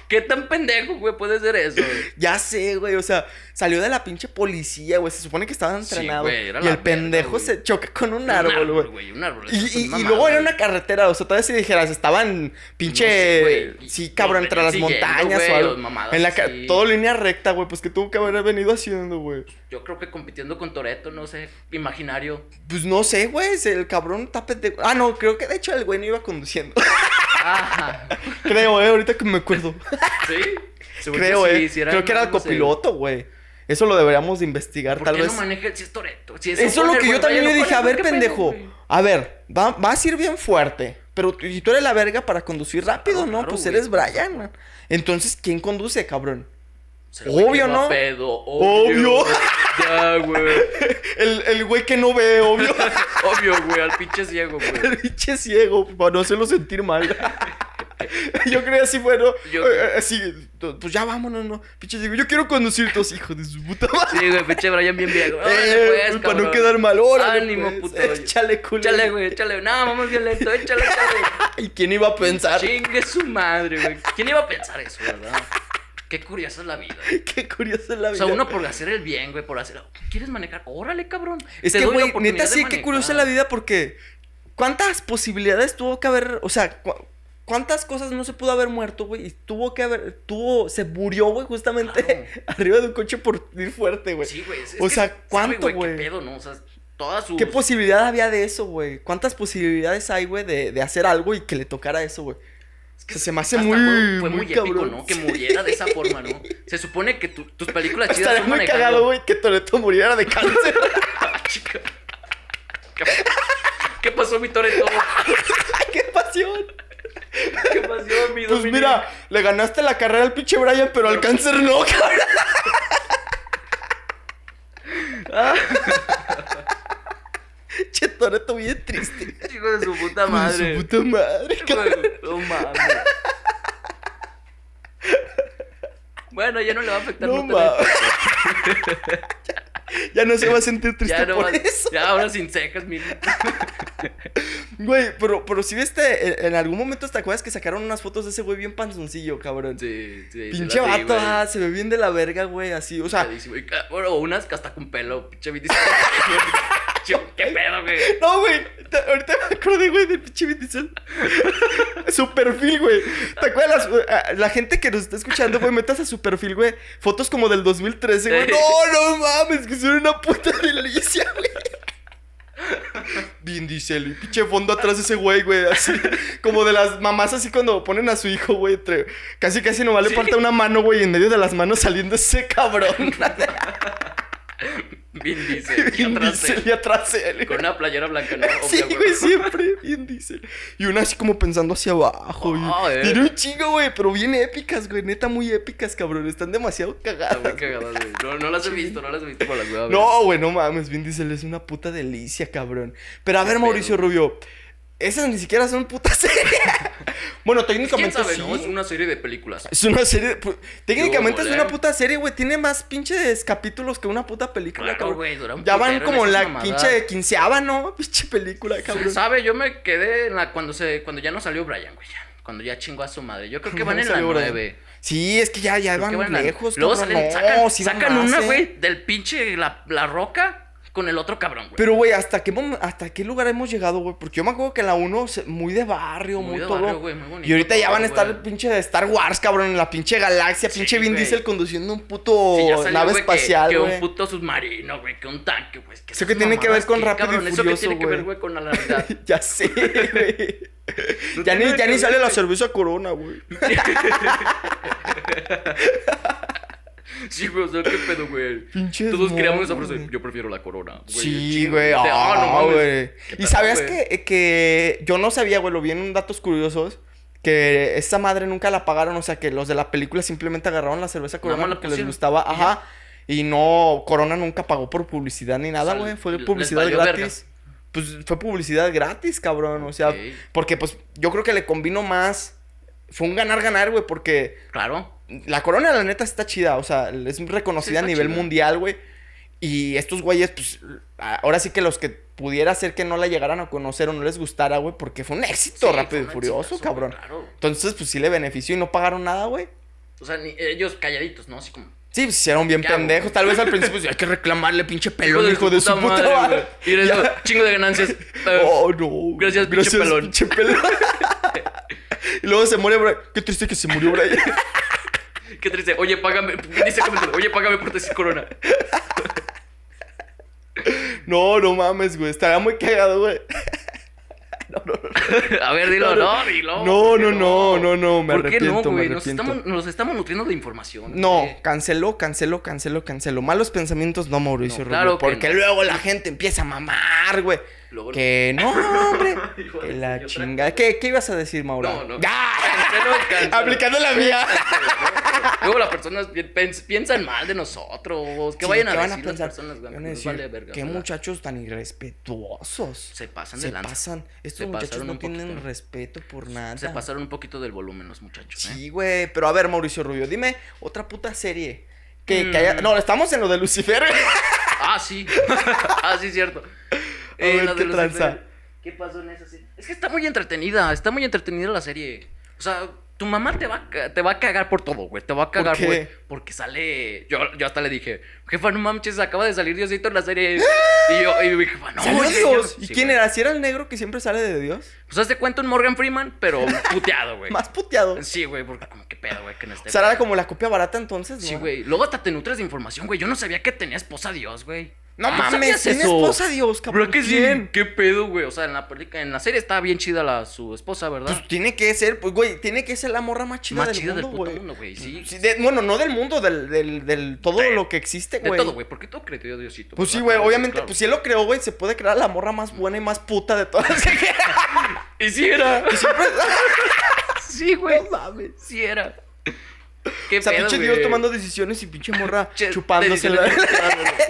¿Qué tan pendejo, güey, puede ser eso, güey?
Ya sé, güey. O sea, salió de la pinche policía, güey. Se supone que estaban
Sí,
entrenados.
güey, era
y
la
el pendejo
verga, güey.
se choca con un árbol, güey.
Un árbol.
Y,
esas son
y- y
mamadas,
luego era
güey.
una carretera, o sea, todavía si dijeras, estaban pinche.
No sé, güey.
sí, cabrón,
Los
entre las
venían siguiendo,
montañas
güey,
o algo.
los mamadas,
en la ca-
sí.
todo línea recta, güey, pues que tuvo que haber venido haciendo, güey.
Yo creo que compitiendo con Toreto, no sé, imaginario.
Pues no sé, güey, si el cabrón está pendejo. Ah, no, creo que de hecho el güey no iba conduciendo.
Ah,
creo, eh, ahorita que me acuerdo.
sí. Según
creo,
yo sí,
eh.
sí
creo que era el
no sé.
copiloto, güey. Eso lo deberíamos de investigar,
¿Por
tal
qué
vez.
no maneja si es Toreto? Si es
Eso es lo
O'Connor,
que yo
güey,
también
Brian
le dije, a ver,
O'Connor, ¿qué pedo,
pendejo.
güey?
A ver, va- vas a ir bien fuerte. Pero tú- y tú eres la verga para conducir rápido,
Claro,
¿no?
claro,
pues
güey.
eres Brian. ¿no? Entonces, ¿quién conduce, cabrón?
Se lo lleva
Obvio, ¿no?
pedo,
Obvio.
obvio. Ya, güey.
El, el güey que no ve, obvio.
Obvio, güey, al pinche ciego, güey.
el pinche ciego, para no hacerlo sentir mal. yo creía así, bueno.
Yo-
eh, eh, así, pues ya vámonos, ¿no? Pinche ciego, yo quiero conducir tus hijos de su puta madre.
Sí, güey, pinche Brian bien viejo.
Eh,
Órale,
para
pues,
no
cabrón.
quedar mal, órale,
Ánimo,
pues.
puto.
Échale, culo.
Échale, güey, échale. No, vamos violento, échale, échale.
¿Y quién iba a pensar?
Chingue su madre, güey. ¿Quién iba a pensar eso, verdad? Qué curiosa es la vida.
Qué curioso es la
O
vida.
sea, uno por hacer el bien, güey, por hacer. ¿Quieres manejar? Órale, cabrón.
Es
Te
que,
doy la
güey,
oportunidad
neta
de
sí, qué
manejar.
curiosa la vida porque ¿cuántas posibilidades tuvo que haber, o sea, cu- cuántas cosas no se pudo haber muerto, güey? Y tuvo que haber, tuvo, se murió, güey, justamente
Claro.
arriba de un coche por ir fuerte, güey.
Sí, güey. es- es
O
que
sea,
sabe,
¿cuánto, güey?
¿Qué pedo, no? O sea, todas sus.
¿Qué posibilidad había de eso, güey? ¿Cuántas posibilidades hay, güey, de, de hacer algo y que le tocara eso, güey?
Es
O sea, se me hace
hasta
muy-
Fue, fue
muy
muy, épico,
cabrón.
¿no? Que muriera de esa forma, ¿no? Se supone que tu- tus películas chidas
Estaría
son
muy
manejando.
cagado, güey, que Toreto muriera de cáncer.
Chica. ¿Qué- ¿Qué pasó, mi Toreto?
¡Qué pasión!
¿Qué pasó, mi
Pues
Dominic?
mira, le ganaste la carrera al pinche Brian, pero al cáncer no, cabrón.
Ah.
che, Toreto bien triste.
Hijo de su puta madre.
Su puta madre, cabrón.
Güey, No mames. Bueno, ya no le va a afectar
No
no Toretto.
mames. Ya no se va a sentir triste
Ya no
por
va-
eso.
Ya ahora sin cejas, mi.
Güey, pero, pero si viste, e, en, en algún momento te acuerdas que sacaron unas fotos de ese güey bien panzoncillo, cabrón.
Sí, sí, sí.
Pinche
la vi,
vato,
güey.
ah, se ve bien de la verga, güey, así, o sea,
Cagadísimo. Y ca- Bueno, unas que hasta con pelo, pinche vitis. Yo, ¿Qué pedo, güey?
No, güey. te- Ahorita me acordé, güey, del pinche Vin Diesel. su perfil, güey. ¿Te acuerdas? güey? Ah, La gente que nos está escuchando, güey, metas a su perfil, güey. Fotos como del 2013, güey.
Sí.
No, no mames, que son una puta delicia, güey. Vin Diesel, y pinche fondo atrás de ese güey, güey. Así, como de las mamás, así cuando ponen a su hijo, güey. entre- Casi, casi nomás le
Sí.
falta una mano, güey, y en medio de las manos saliendo ese cabrón.
Vin Diesel. y
Vin
atrás de-
Diesel y atrás él.
Con una playera blanca, ¿no?
Sí,
Obvio,
güey, siempre bien dice. Y una así como pensando hacia abajo. y-
Ah, eh.
Tiene un chingo, güey, pero bien épicas, güey. Neta, muy épicas, cabrón. Están demasiado
Está
cagadas.
muy cagado, Ah, güey. No, no las he visto, no las he visto por las huevas.
No, güey, no mames. Vin Diesel es una puta delicia, cabrón. Pero a ver,
pedo,
Mauricio Rubio. Esas ni siquiera son putas series. bueno,
¿Quién
técnicamente
sabe,
sí.
no? Es una serie de películas.
Es una serie. de pu- Técnicamente es
Yo, eh.
una
güey.
puta serie, güey. Tiene más pinches capítulos que una puta película,
Claro,
cabrón.
güey, dura un
ya van
putero en
como
esas
la
mamadas.
pinche quinceava, ¿no? Pinche película, cabrón.
¿Sabe? Yo me quedé en la, cuando, se, cuando ya no salió Brian, güey. ya. Cuando ya chingó a su madre. Yo creo que
No
van en la
salió Brian.
9.
Sí, es que ya, ya
Creo que
van
en la-
lejos.
Luego
cabrón.
salen-
No,
sacan,
sí van
sacan
más,
una,
¿eh?
güey, del pinche la, la roca. con el otro cabrón, güey.
Pero, güey, ¿hasta qué, mom- ¿hasta qué lugar hemos llegado, güey? Porque yo me acuerdo que en la 1, se- muy de barrio, muy,
Muy de
todo.
barrio, güey, muy bonito
y ahorita ya
todo,
van a estar
güey.
pinche de Star Wars, cabrón, en la pinche galaxia,
Sí,
pinche Vin
güey.
Diesel conduciendo un
Sí, ya
puto
salió,
nave
güey, que-
espacial,
Que,
güey.
un puto submarino, güey, que un tanque, güey.
Eso
esas
que tiene que ver
mamadas,
con
qué
Rápido y
cabrón, Eso que
Furioso,
tiene que ver,
güey.
güey, con la realidad.
Ya sé, güey.
No
ya
tiene
ni,
nada
ya
que
ni
ver,
sale la
güey.
cerveza Corona, güey.
Sí, güey, o sea, qué pedo, güey.
Pinches
Todos creamos esa
morros,
frase.
güey.
Yo prefiero la corona.
Sí,
chingo,
güey.
O sea, ah, no
Ah,
mames.
güey.
Qué
Y
pedo,
sabías
güey.
que, que yo no sabía, güey, lo vi en un datos curiosos. Que esa madre nunca la pagaron, o sea que los de la película simplemente agarraron la cerveza
Nada más
corona
la
porque les
pusieron.
gustaba,
Y ya.
ajá. Y no, Corona nunca pagó por publicidad ni nada,
sea,
güey. Fue
les
publicidad
valió verga.
gratis. Pues fue publicidad gratis, cabrón. O sea,
Ok.
porque pues yo creo que le combino más. Fue un ganar-ganar, güey, porque
Claro.
la corona, la neta, está chida. O sea, es reconocida a
está
nivel
chida.
mundial, güey. Y estos güeyes, pues, a- ahora sí que los que pudiera ser que no la llegaran a conocer o no les gustara, güey, porque fue un éxito
Sí, fue
rápido y
un
furioso,
exitazo,
cabrón.
Claro.
Entonces, pues sí le benefició y no pagaron nada, güey.
O sea, ni- ellos calladitos, ¿no? Así como.
Sí, pues hicieron bien
¿Qué hago?
pendejos. Tal vez al principio, pues, hay que reclamarle, pinche pelón, hijo de su puta
madre, güey.
madre.
Y eres,
Ya.
güey, chingo de ganancias. Eh,
Oh, no.
Gracias, pinche pelón.
pinche pelón. y luego se muere, bro. Qué triste que se murió, bro.
Qué triste. Oye, págame. Dice comentario. Oye, págame por decir corona.
no, no mames, güey. Estaría muy cagado, güey.
A ver, dilo, no, dilo.
No, no,
dilo.
no, no, no, me
¿Por qué no,
arrepiento, me
güey? Nos
arrepiento.
estamos, Eh. nos estamos nutriendo de información.
No,
güey.
canceló, canceló, canceló, canceló. Malos pensamientos no, Mauricio
No,
Rubio,
claro que
Porque
no.
luego la gente empieza a mamar, güey.
Luego-
Que no, hombre.
Hijo
que
de
la
señora.
chingada. ¿Qué, ¿Qué ibas a decir, Mauro?
No, no.
¡Ah!
Cancelo, cancelo.
Aplicando la mía.
Luego las personas pi- pens- piensan mal de nosotros. Que
Sí,
vayan a
¿qué
decir
van a
las
pensar?
personas, güey.
Van a
Nos
decir,
vale verga, pues
qué
¿verdad?
muchachos tan irrespetuosos.
Se pasan de
Se
lanza.
pasan. Estos
Se
muchachos
pasaron
no
un poquito.
tienen respeto por nada.
Se pasaron un poquito del volumen los muchachos, ¿eh?
Sí, güey. Pero a ver, Mauricio Rubio, dime otra puta serie. Que, que
Mm.
haya... No, estamos en lo de Lucifer.
Ah, sí. ah, sí, cierto. Eh,
ver,
la de
¿qué
los
tranza?
Ángeles. ¿Qué pasó en esa serie? Es que está muy entretenida, está muy entretenida la serie. O sea, tu mamá te va a, ca- te va a cagar por todo, güey. Te va a cagar,
qué?
güey. Porque sale. Yo, yo hasta le dije, jefa, no mames, acaba de salir Diosito en la serie. Y yo, y mi jefa, no.
¡Ah! ¡Salió
güey,
Dios!
yo-
¿Y
Sí,
quién
güey.
era? ¿Si era el negro que siempre sale de Dios?
Pues hazte cuenta un Morgan Freeman, pero puteado, güey.
Más puteado.
Sí, güey, porque como qué pedo, güey, que no esté.
O sea, era como la copia barata entonces, ¿no?
Sí, güey. Luego hasta te nutres de información, güey. Yo no sabía que tenía esposa Dios, güey.
No mames,
sabías
tiene
eso?
esposa Dios, cabrón.
Bro, que sí.
¿Quién?
¿Qué pedo, güey? O sea, en la película, en la serie estaba bien chida la su esposa, ¿verdad?
Pues tiene que ser, pues, güey, tiene que ser la morra más chida
Más
del
chida del
mundo,
puto
güey.
mundo, güey. Sí.
Sí, de- bueno, no del mundo, del, del, del todo
De-
lo que existe,
de
güey.
todo, güey. ¿Por qué todo creció Diosito?
Pues sí,
¿verdad?
güey,
Claro,
obviamente,
claro.
pues si él lo creó, güey, se puede crear la morra más buena y más puta de todas las que
Y sí era.
siempre.
Sí, güey.
no mames.
Sí era. ¿Qué
O sea,
pedo,
pinche
güey?
Dios tomando decisiones y pinche morra
Che-
chupándose la.
decisiones chupándose.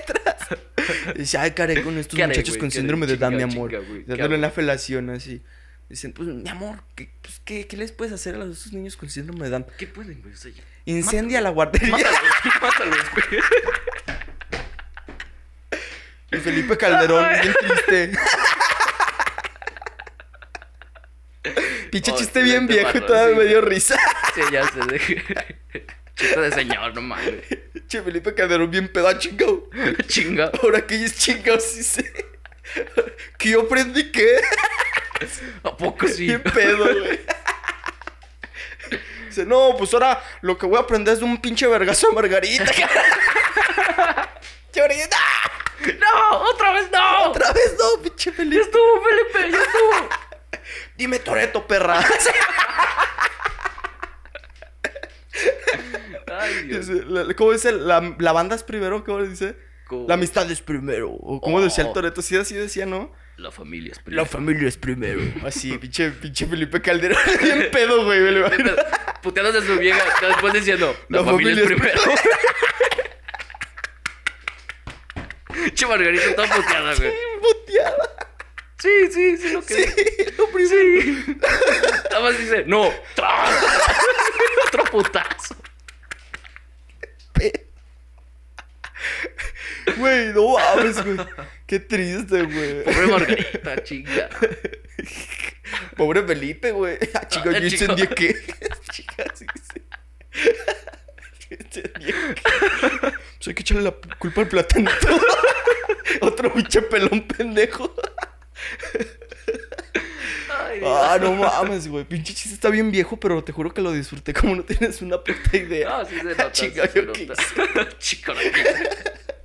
Dice, ay, caré con estos
¿Qué haré,
muchachos
güey?
con
¿Qué haré?
síndrome de Down, mi
Chinga,
amor.
chinga, güey, ¿qué
dándole
hago?
la felación así. Dicen, pues, mi amor, ¿qué, pues, ¿qué, qué les puedes hacer a los- esos niños con síndrome de Down?
¿Qué pueden, güey? O sea, ya-
Incendia la guardería.
Mátalos, mátalos, güey.
Y Pues, Felipe Calderón,
Ay.
bien triste. Pinche
Oh,
chiste bien
excelente,
viejo y
Marlon,
todavía
sí.
me dio risa.
Sí, ya se de... Chico de señor, no mames.
Che, Felipe Calderón, bien pedo, ah, chingao.
Chinga.
Ahora que ellos chingados sí sé. Que yo aprendí qué.
¿A poco Pues sí?
Bien pedo, güey. Dice, no, pues ahora lo que voy a aprender es de un pinche vergazo a Margarita. Llorita,
Ah, ¡No! ¡Otra vez no!
otra vez no, pinche
¡Ya
feliz.
estuvo, Felipe! ¡Ya estuvo!
Dime Toreto, perra.
Ay, Dios.
Dice, la- ¿Cómo dice? La, la banda es primero, ¿cómo le dice?
¿Cómo?
La amistad es primero. O como decía el
Oh.
Toreto, sí, así decía, ¿no?
La familia es
La familia es primero. Así, pinche, pinche Felipe Calderón. Bien pedo, güey. me lo imagino.
Puteándose a su vieja, después diciendo, la, familia, es primero. che, Margarita, toda puteada, güey.
Puteada.
Sí, sí, sí, lo que
Sí, lo primero.
Sí. Nada más dice, no, tras. Otro putazo.
Güey, no mames, güey. Qué triste, güey.
Pobre Margarita, chinga.
Pobre Felipe, güey. Ah, chico,
Ah,
yo
chico.
entendí que. Chica, sí, sí. Yo entendí que- Pues hay que echarle la p- culpa al platanito. Otro pinche pelón pendejo.
Ay, Dios.
Ah, no mames, güey. Pinche chiste está bien viejo, pero te juro que lo disfruté como no tienes una puta idea. Ah,
No, Ah, sí se nota. sí
Chinga,
se
yo qué
nota. Chico, no quise.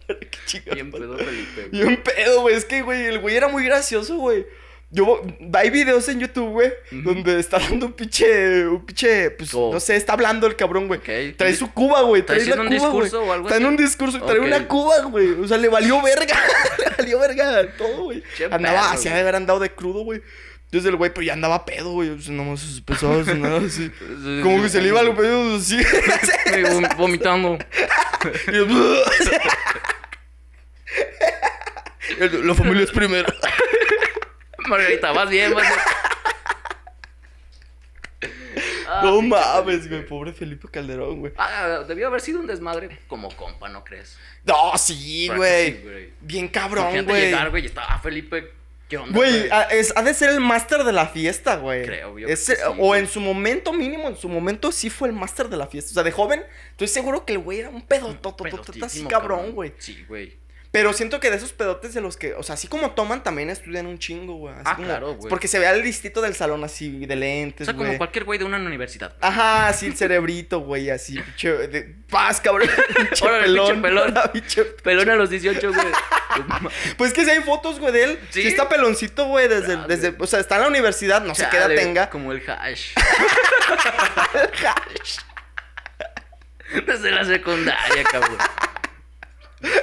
Qué chingada
Bien
madre.
pedo, Felipe. güey.
Bien pedo, güey. Es que, güey, el güey era muy gracioso, güey. Yo, hay videos en YouTube, güey,
Ujú.
donde está dando un pinche, un pinche, pues,
Oh.
no sé, está hablando el cabrón, güey.
Ok.
Trae su cuba, güey,
¿Está
trae la cuba,
haciendo un
güey.
discurso o algo
Está en
así?
un discurso, trae
Ok.
una cuba, güey. O sea, le valió verga, le valió verga todo, güey.
Che
Andaba,
perro,
así
güey.
de haber andado de crudo, güey. Entonces el güey, pues, ya andaba pedo, güey. O sea, nomás sus pesados, nada así. Como que se le iba al pedo, así.
Sí, vom- Vomitando.
Y yo, El- La familia es primero.
Margarita, vas bien, vas bien. Ah,
No
pinche
mames,
Felipe.
güey. Pobre Felipe Calderón, güey.
Ah, debió haber sido un desmadre como compa, ¿no crees?
No, sí,
Para que sí,
güey.
güey.
Bien
Imagínate
cabrón, güey.
llegar, güey, y estaba ah, Felipe. ¿Qué onda?
Güey, ah, ha, es- ha de ser el máster de la fiesta, güey.
Creo, yo
Es-
creo que sí,
O
güey.
en su momento mínimo, en su momento sí fue el máster de la fiesta. O sea, de joven, estoy seguro que el güey era un pedototototot así
Pedotísimo,
cabrón, güey.
Sí, güey.
Pero siento que de esos pedotes de los que, o sea, así como toman, también estudian un chingo, güey. Así
Ah,
como-
claro, güey.
Porque se ve al listito del salón así, de
O
lentes,
sea,
güey.
como cualquier güey de una universidad.
Ajá, así el cerebrito, güey, así, pinche. de- Paz, cabrón. Pinche
Órale, pinche
pelón.
pelón.
Órale, pinche-
Pelón a los 18, güey. No mames.
Pues que si hay fotos, güey, de él. Sí.
Sí.
está peloncito, güey, desde,
Chale.
desde. O sea, está en la universidad, no sé qué edad
Chale,
tenga.
Como el hash. Desde la secundaria, cabrón.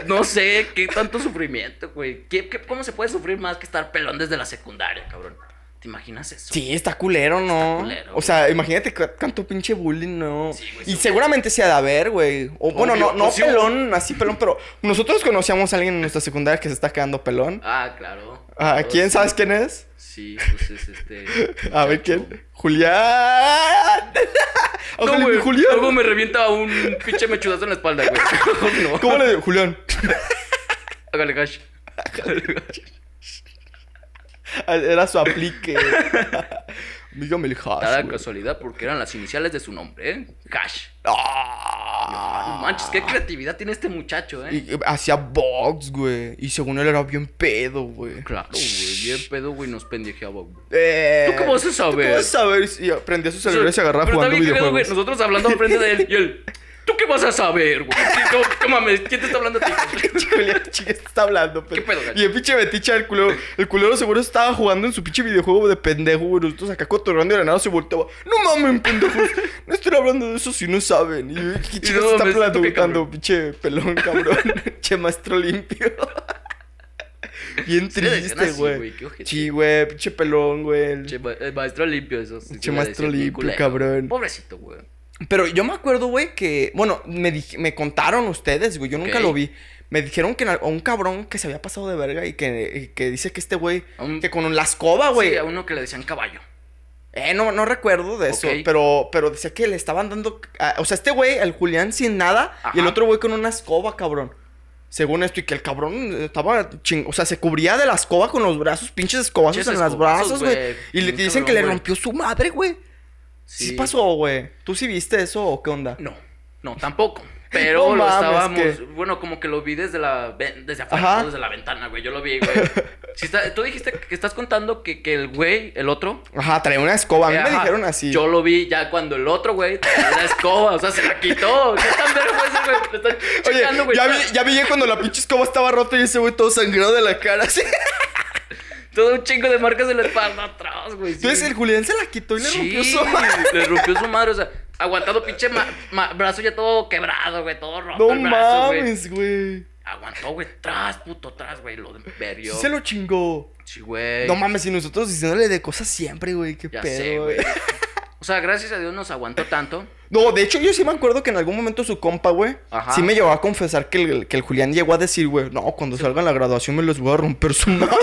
No sé qué tanto sufrimiento, güey. ¿Qué- qué- cómo se puede sufrir más que estar pelón desde la secundaria, cabrón? ¿Te imaginas eso?
Sí, está culero, ¿no?
culero,
o sea, imagínate cu- cuánto pinche bullying, ¿no?
Sí, güey,
y
sí.
seguramente se ha de haber, güey. O bueno, no,
Obvio,
no
pues sí,
pelón, así pelón, pero nosotros conocíamos a alguien en nuestra secundaria que se está quedando pelón.
Ah, claro.
Ah,
Claro,
¿Quién
sí.
sabes quién es?
Sí, pues es este.
A ver quién. Julián. Ojalá
No,
mi
güey.
Julián.
Luego me revienta un pinche mechudazo en la espalda, güey. No.
¿Cómo le digo? Julián.
Hágale hash.
Era su aplique. Dígame el hash.
Cada
güey.
casualidad porque eran las iniciales de su nombre, ¿eh? Hash.
Ah.
No manches, qué creatividad tiene este muchacho, ¿eh?
Y, eh, hacía box, güey. Y según él era bien pedo, güey.
Claro, güey. Bien pedo, güey, nos pendejeaba, güey.
Eh,
¿Tú cómo vas a
¿Tú cómo
saber?
vas a saber? Y aprendía su cerebro y se agarraba
Pero
jugando
está bien cagado, güey,
videojuegos.
Nosotros hablando frente de él y él. ¿Tú qué vas a saber, güey? Sí, No, no mames, ¿quién te está hablando a ti?
Chico, ya, chica, está hablando, pero...
¿Qué pedo, gacho?
Y el pinche Beticha, el culero, el culero seguro estaba jugando en su pinche videojuego de pendejo, güey. Nosotros acá cotorreando y de la nada se volteaba. No mames, pendejos. No estoy hablando de eso si no saben. Y, y chico,
no
se está
mames, ¿tú qué,
platicando,
cabrón?
pinche pelón, cabrón. che maestro limpio. Bien
Sí le decían
triste,
así,
güey.
güey, qué ojete.
Sí, güey, pinche pelón, güey. El-
Che, ma- el maestro limpio, eso. sí,
Che,
sí, le
maestro
decía, bien
limpio,
culero.
cabrón.
Pobrecito, güey.
Pero yo me acuerdo, güey, que. Bueno, me, dij- me contaron ustedes, güey. Yo nunca
Ok.
lo vi. Me dijeron que a un cabrón que se había pasado de verga y que, y que dice que este güey.
A un-
Que con la escoba, güey.
Sí, a uno que le decían caballo.
Eh, no, no recuerdo de eso.
Ok.
Pero, pero decía que le estaban dando. ah, o sea, este güey, el Julián sin nada. Y el
Ajá.
otro güey con una escoba, cabrón. Según esto, y que el cabrón estaba ching... O sea, se cubría de la escoba con los brazos, pinches escobazos
Pinches
en los brazos,
escobazos,
güey.
güey.
Y le
Bien
dicen que
cabrón,
le
güey.
rompió su madre, güey. Sí. pasó, güey. ¿Tú sí viste eso o qué onda?
No, no, tampoco. Pero
No
lo
mames,
estábamos.
que-
Bueno, como que lo vi desde la ven- desde afuera,
Ajá.
no desde la ventana, güey. Yo lo vi, güey. Si está- Tú dijiste que estás contando que, que el güey, el otro.
Ajá, traía una escoba. A mí
eh,
me
ajá,
dijeron así.
Yo lo vi ya cuando el otro, güey, traía la escoba. O sea, se la quitó. ¿Qué tan verga fue ese, güey? Le están
Oye,
checando, güey.
ya, vi,
está-
ya vi cuando la pinche escoba estaba rota y ese güey todo sangrado de la cara. así.
Todo un chingo de marcas en la espalda atrás, güey. sí.
Entonces el Julián se la quitó y le rompió
Sí,
su madre.
le rompió su madre, o sea, aguantando pinche ma- ma- brazo ya todo quebrado, güey, todo roto
No
el brazo, güey.
mames, güey.
Aguantó, güey, tras, puto, tras, güey, lo
Sí
perdió.
se lo chingó.
Sí, güey.
No mames, y nosotros diciéndole de cosas siempre, güey. Qué
Eh. Ya sé,
pedo,
güey.
güey.
O sea, gracias a Dios nos aguantó tanto.
No, de hecho, yo sí me acuerdo que en algún momento su compa, güey,
Ajá.
sí me llevó a confesar que el, que el Julián llegó a decir, güey, no, cuando salga la graduación me los voy a romper su madre.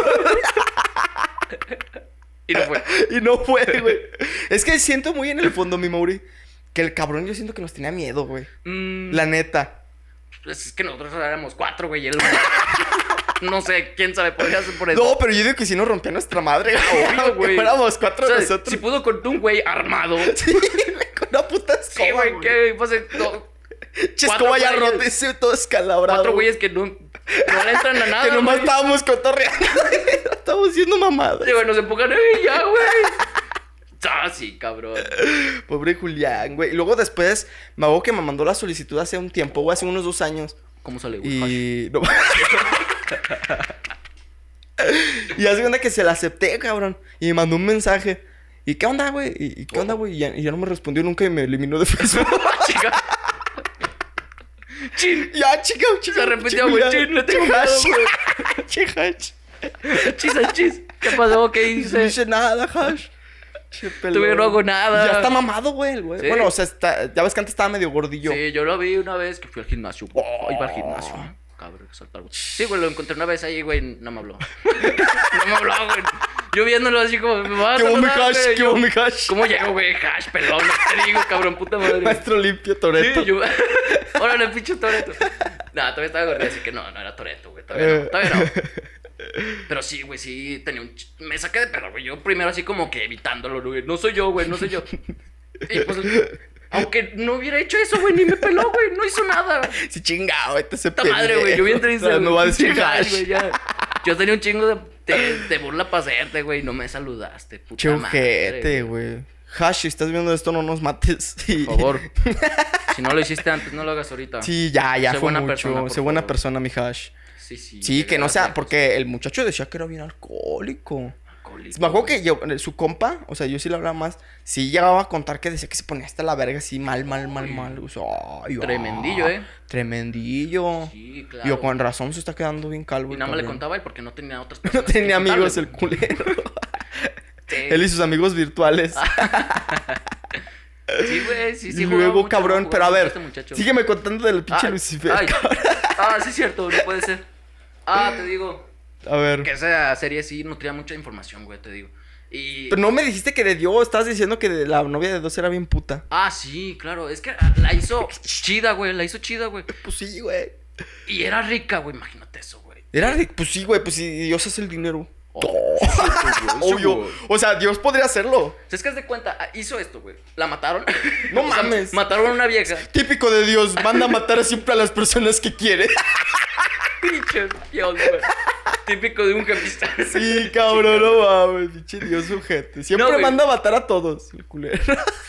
Y no fue.
Y no fue, güey. Es que siento muy en el fondo, mi Mauri, que el cabrón yo siento que nos tenía miedo, güey.
Mm,
La neta.
pues es que nosotros éramos cuatro, güey, y él. no sé, quién sabe, podría ser por eso.
No, pero yo digo que si nos rompía nuestra madre,
obvio,
güey. Aunque
güey.
fuéramos cuatro
O sea,
nosotros.
Si pudo con un güey armado.
Sí, güey, con una puta escoba,
Sí, güey,
güey.
que pues, no,
Che,
cuatro
escoba ya
güeyes.
rota y se ve todo escalabrado.
cuatro güeyes que no No le entran a nada.
Ah, que nomás
güey.
estábamos cotorreando. estábamos haciendo mamadas.
Sí, bueno, se empujan, ¡eh, ya, güey! Ah, sí, cabrón.
Pobre Julián, güey. Y luego después, me acuerdo que me mandó la solicitud hace un tiempo, güey, hace unos dos años.
¿Cómo sale, güey?
Y. no- y hace cuenta que se la acepté, cabrón. Y me mandó un mensaje. ¿Y qué onda, güey? ¿Y y qué
Oh.
onda, güey? Y ya, y ya no me respondió nunca y me eliminó de Facebook.
Chica. Ah, Chin.
ya, chica, chica.
Se arrepintió, güey. Chin, le tengo miedo,
güey. Chica, hash.
Chis, al chis. ¿Qué pasó? ¿Qué
No
hice?
hice nada, hash. Che, pelón.
Tuve, no hago nada.
Ya está mamado, güey, el güey.
Sí.
Bueno, o sea, está, ya ves que antes estaba medio gordillo.
Sí, yo lo vi una vez que fui al gimnasio. Oh, iba al gimnasio. Cabrón, que saltar, güey. Sí, güey, lo encontré una vez ahí, güey. No me habló. no me habló, güey. Yo viéndolo así como, me va a
¿Qué hubo, mi
saludar,
hash?
güey.
¿Qué
Yo,
hubo, mi hash?
¿Cómo llego, güey? Hash, pelón, no te digo, cabrón, puta madre.
Maestro limpio, Toreto.
Sí, yo... Órale, pinche Toreto. No, todavía estaba gordito, así que no, no era Toreto, güey. Todavía
Eh.
no, todavía no. Pero sí, güey, sí tenía un... ch- Me saqué de pedo, güey. Yo primero así como que evitándolo, güey. No soy yo, güey, no soy yo. Y pues... Aunque no hubiera hecho eso, güey, ni me peló, güey. No hizo nada.
Sí, chingado, este se
Puta madre, güey. Yo bien triste,
No va a decir
Pinche hash,
hash.
güey, ya. Yo tenía un chingo de, de, de burla para hacerte, güey. No me saludaste, puta
Che
madre.
ojete, güey. Hash, si estás viendo esto, no nos mates. Sí.
Por favor. Si no lo hiciste antes, no lo hagas ahorita.
Sí, ya, ya
Sé
fue
buena
mucho.
persona, por
sé buena
favor.
persona, mi hash.
Sí, sí.
Sí, que no
llegaste
sea, porque el muchacho decía que era bien alcohólico.
alcohólico,
Me acuerdo
güey.
que yo, eh, su compa, o sea, yo sí le hablaba más, sí llegaba a contar que decía que se ponía hasta la verga así, mal, mal, mal, mal. O sea, ay, ah,
Tremendillo, ¿eh?
Tremendillo.
Sí, claro.
Yo con razón se está quedando bien calvo.
Y
el
nada más le
cabrón.
contaba él porque no tenía otras
No
personas. que
tenía
contarle,
amigos el
güey.
culero.
Sí.
Él y sus amigos virtuales.
Sí, güey, Ah, sí, sí.
y
jugaba
luego,
mucho,
cabrón,
jugaba
pero a
mucho
ver,
este muchacho.
sígueme contando del pinche
Ay,
Lucifer.
ay.
cabrón.
Ah, sí, es cierto, no puede ser. Ah, te digo.
A ver.
Que esa serie sí nutría mucha información, güey, te digo. Y.
Pero no me dijiste que de Dios, estabas diciendo que de la novia de dos era bien puta.
Ah, sí, claro. Es que la hizo chida, güey. La hizo chida, güey.
Pues sí, güey.
Y era rica, güey. Imagínate eso, güey.
Era de, pues sí, güey, pues sí, Dios hace el dinero.
Oh,
Obvio. O sea, Dios podría hacerlo.
Es que haz de cuenta, ah, hizo esto, güey. La mataron.
No
O sea,
mames.
Mataron a una vieja.
Típico de Dios, manda a matar siempre a las personas que quiere.
Pinche Dios, güey. Típico de un capista.
Sí, cabrón, no mames, pinche Dios sujete. Siempre
No, güey.
manda a matar a todos, el culero.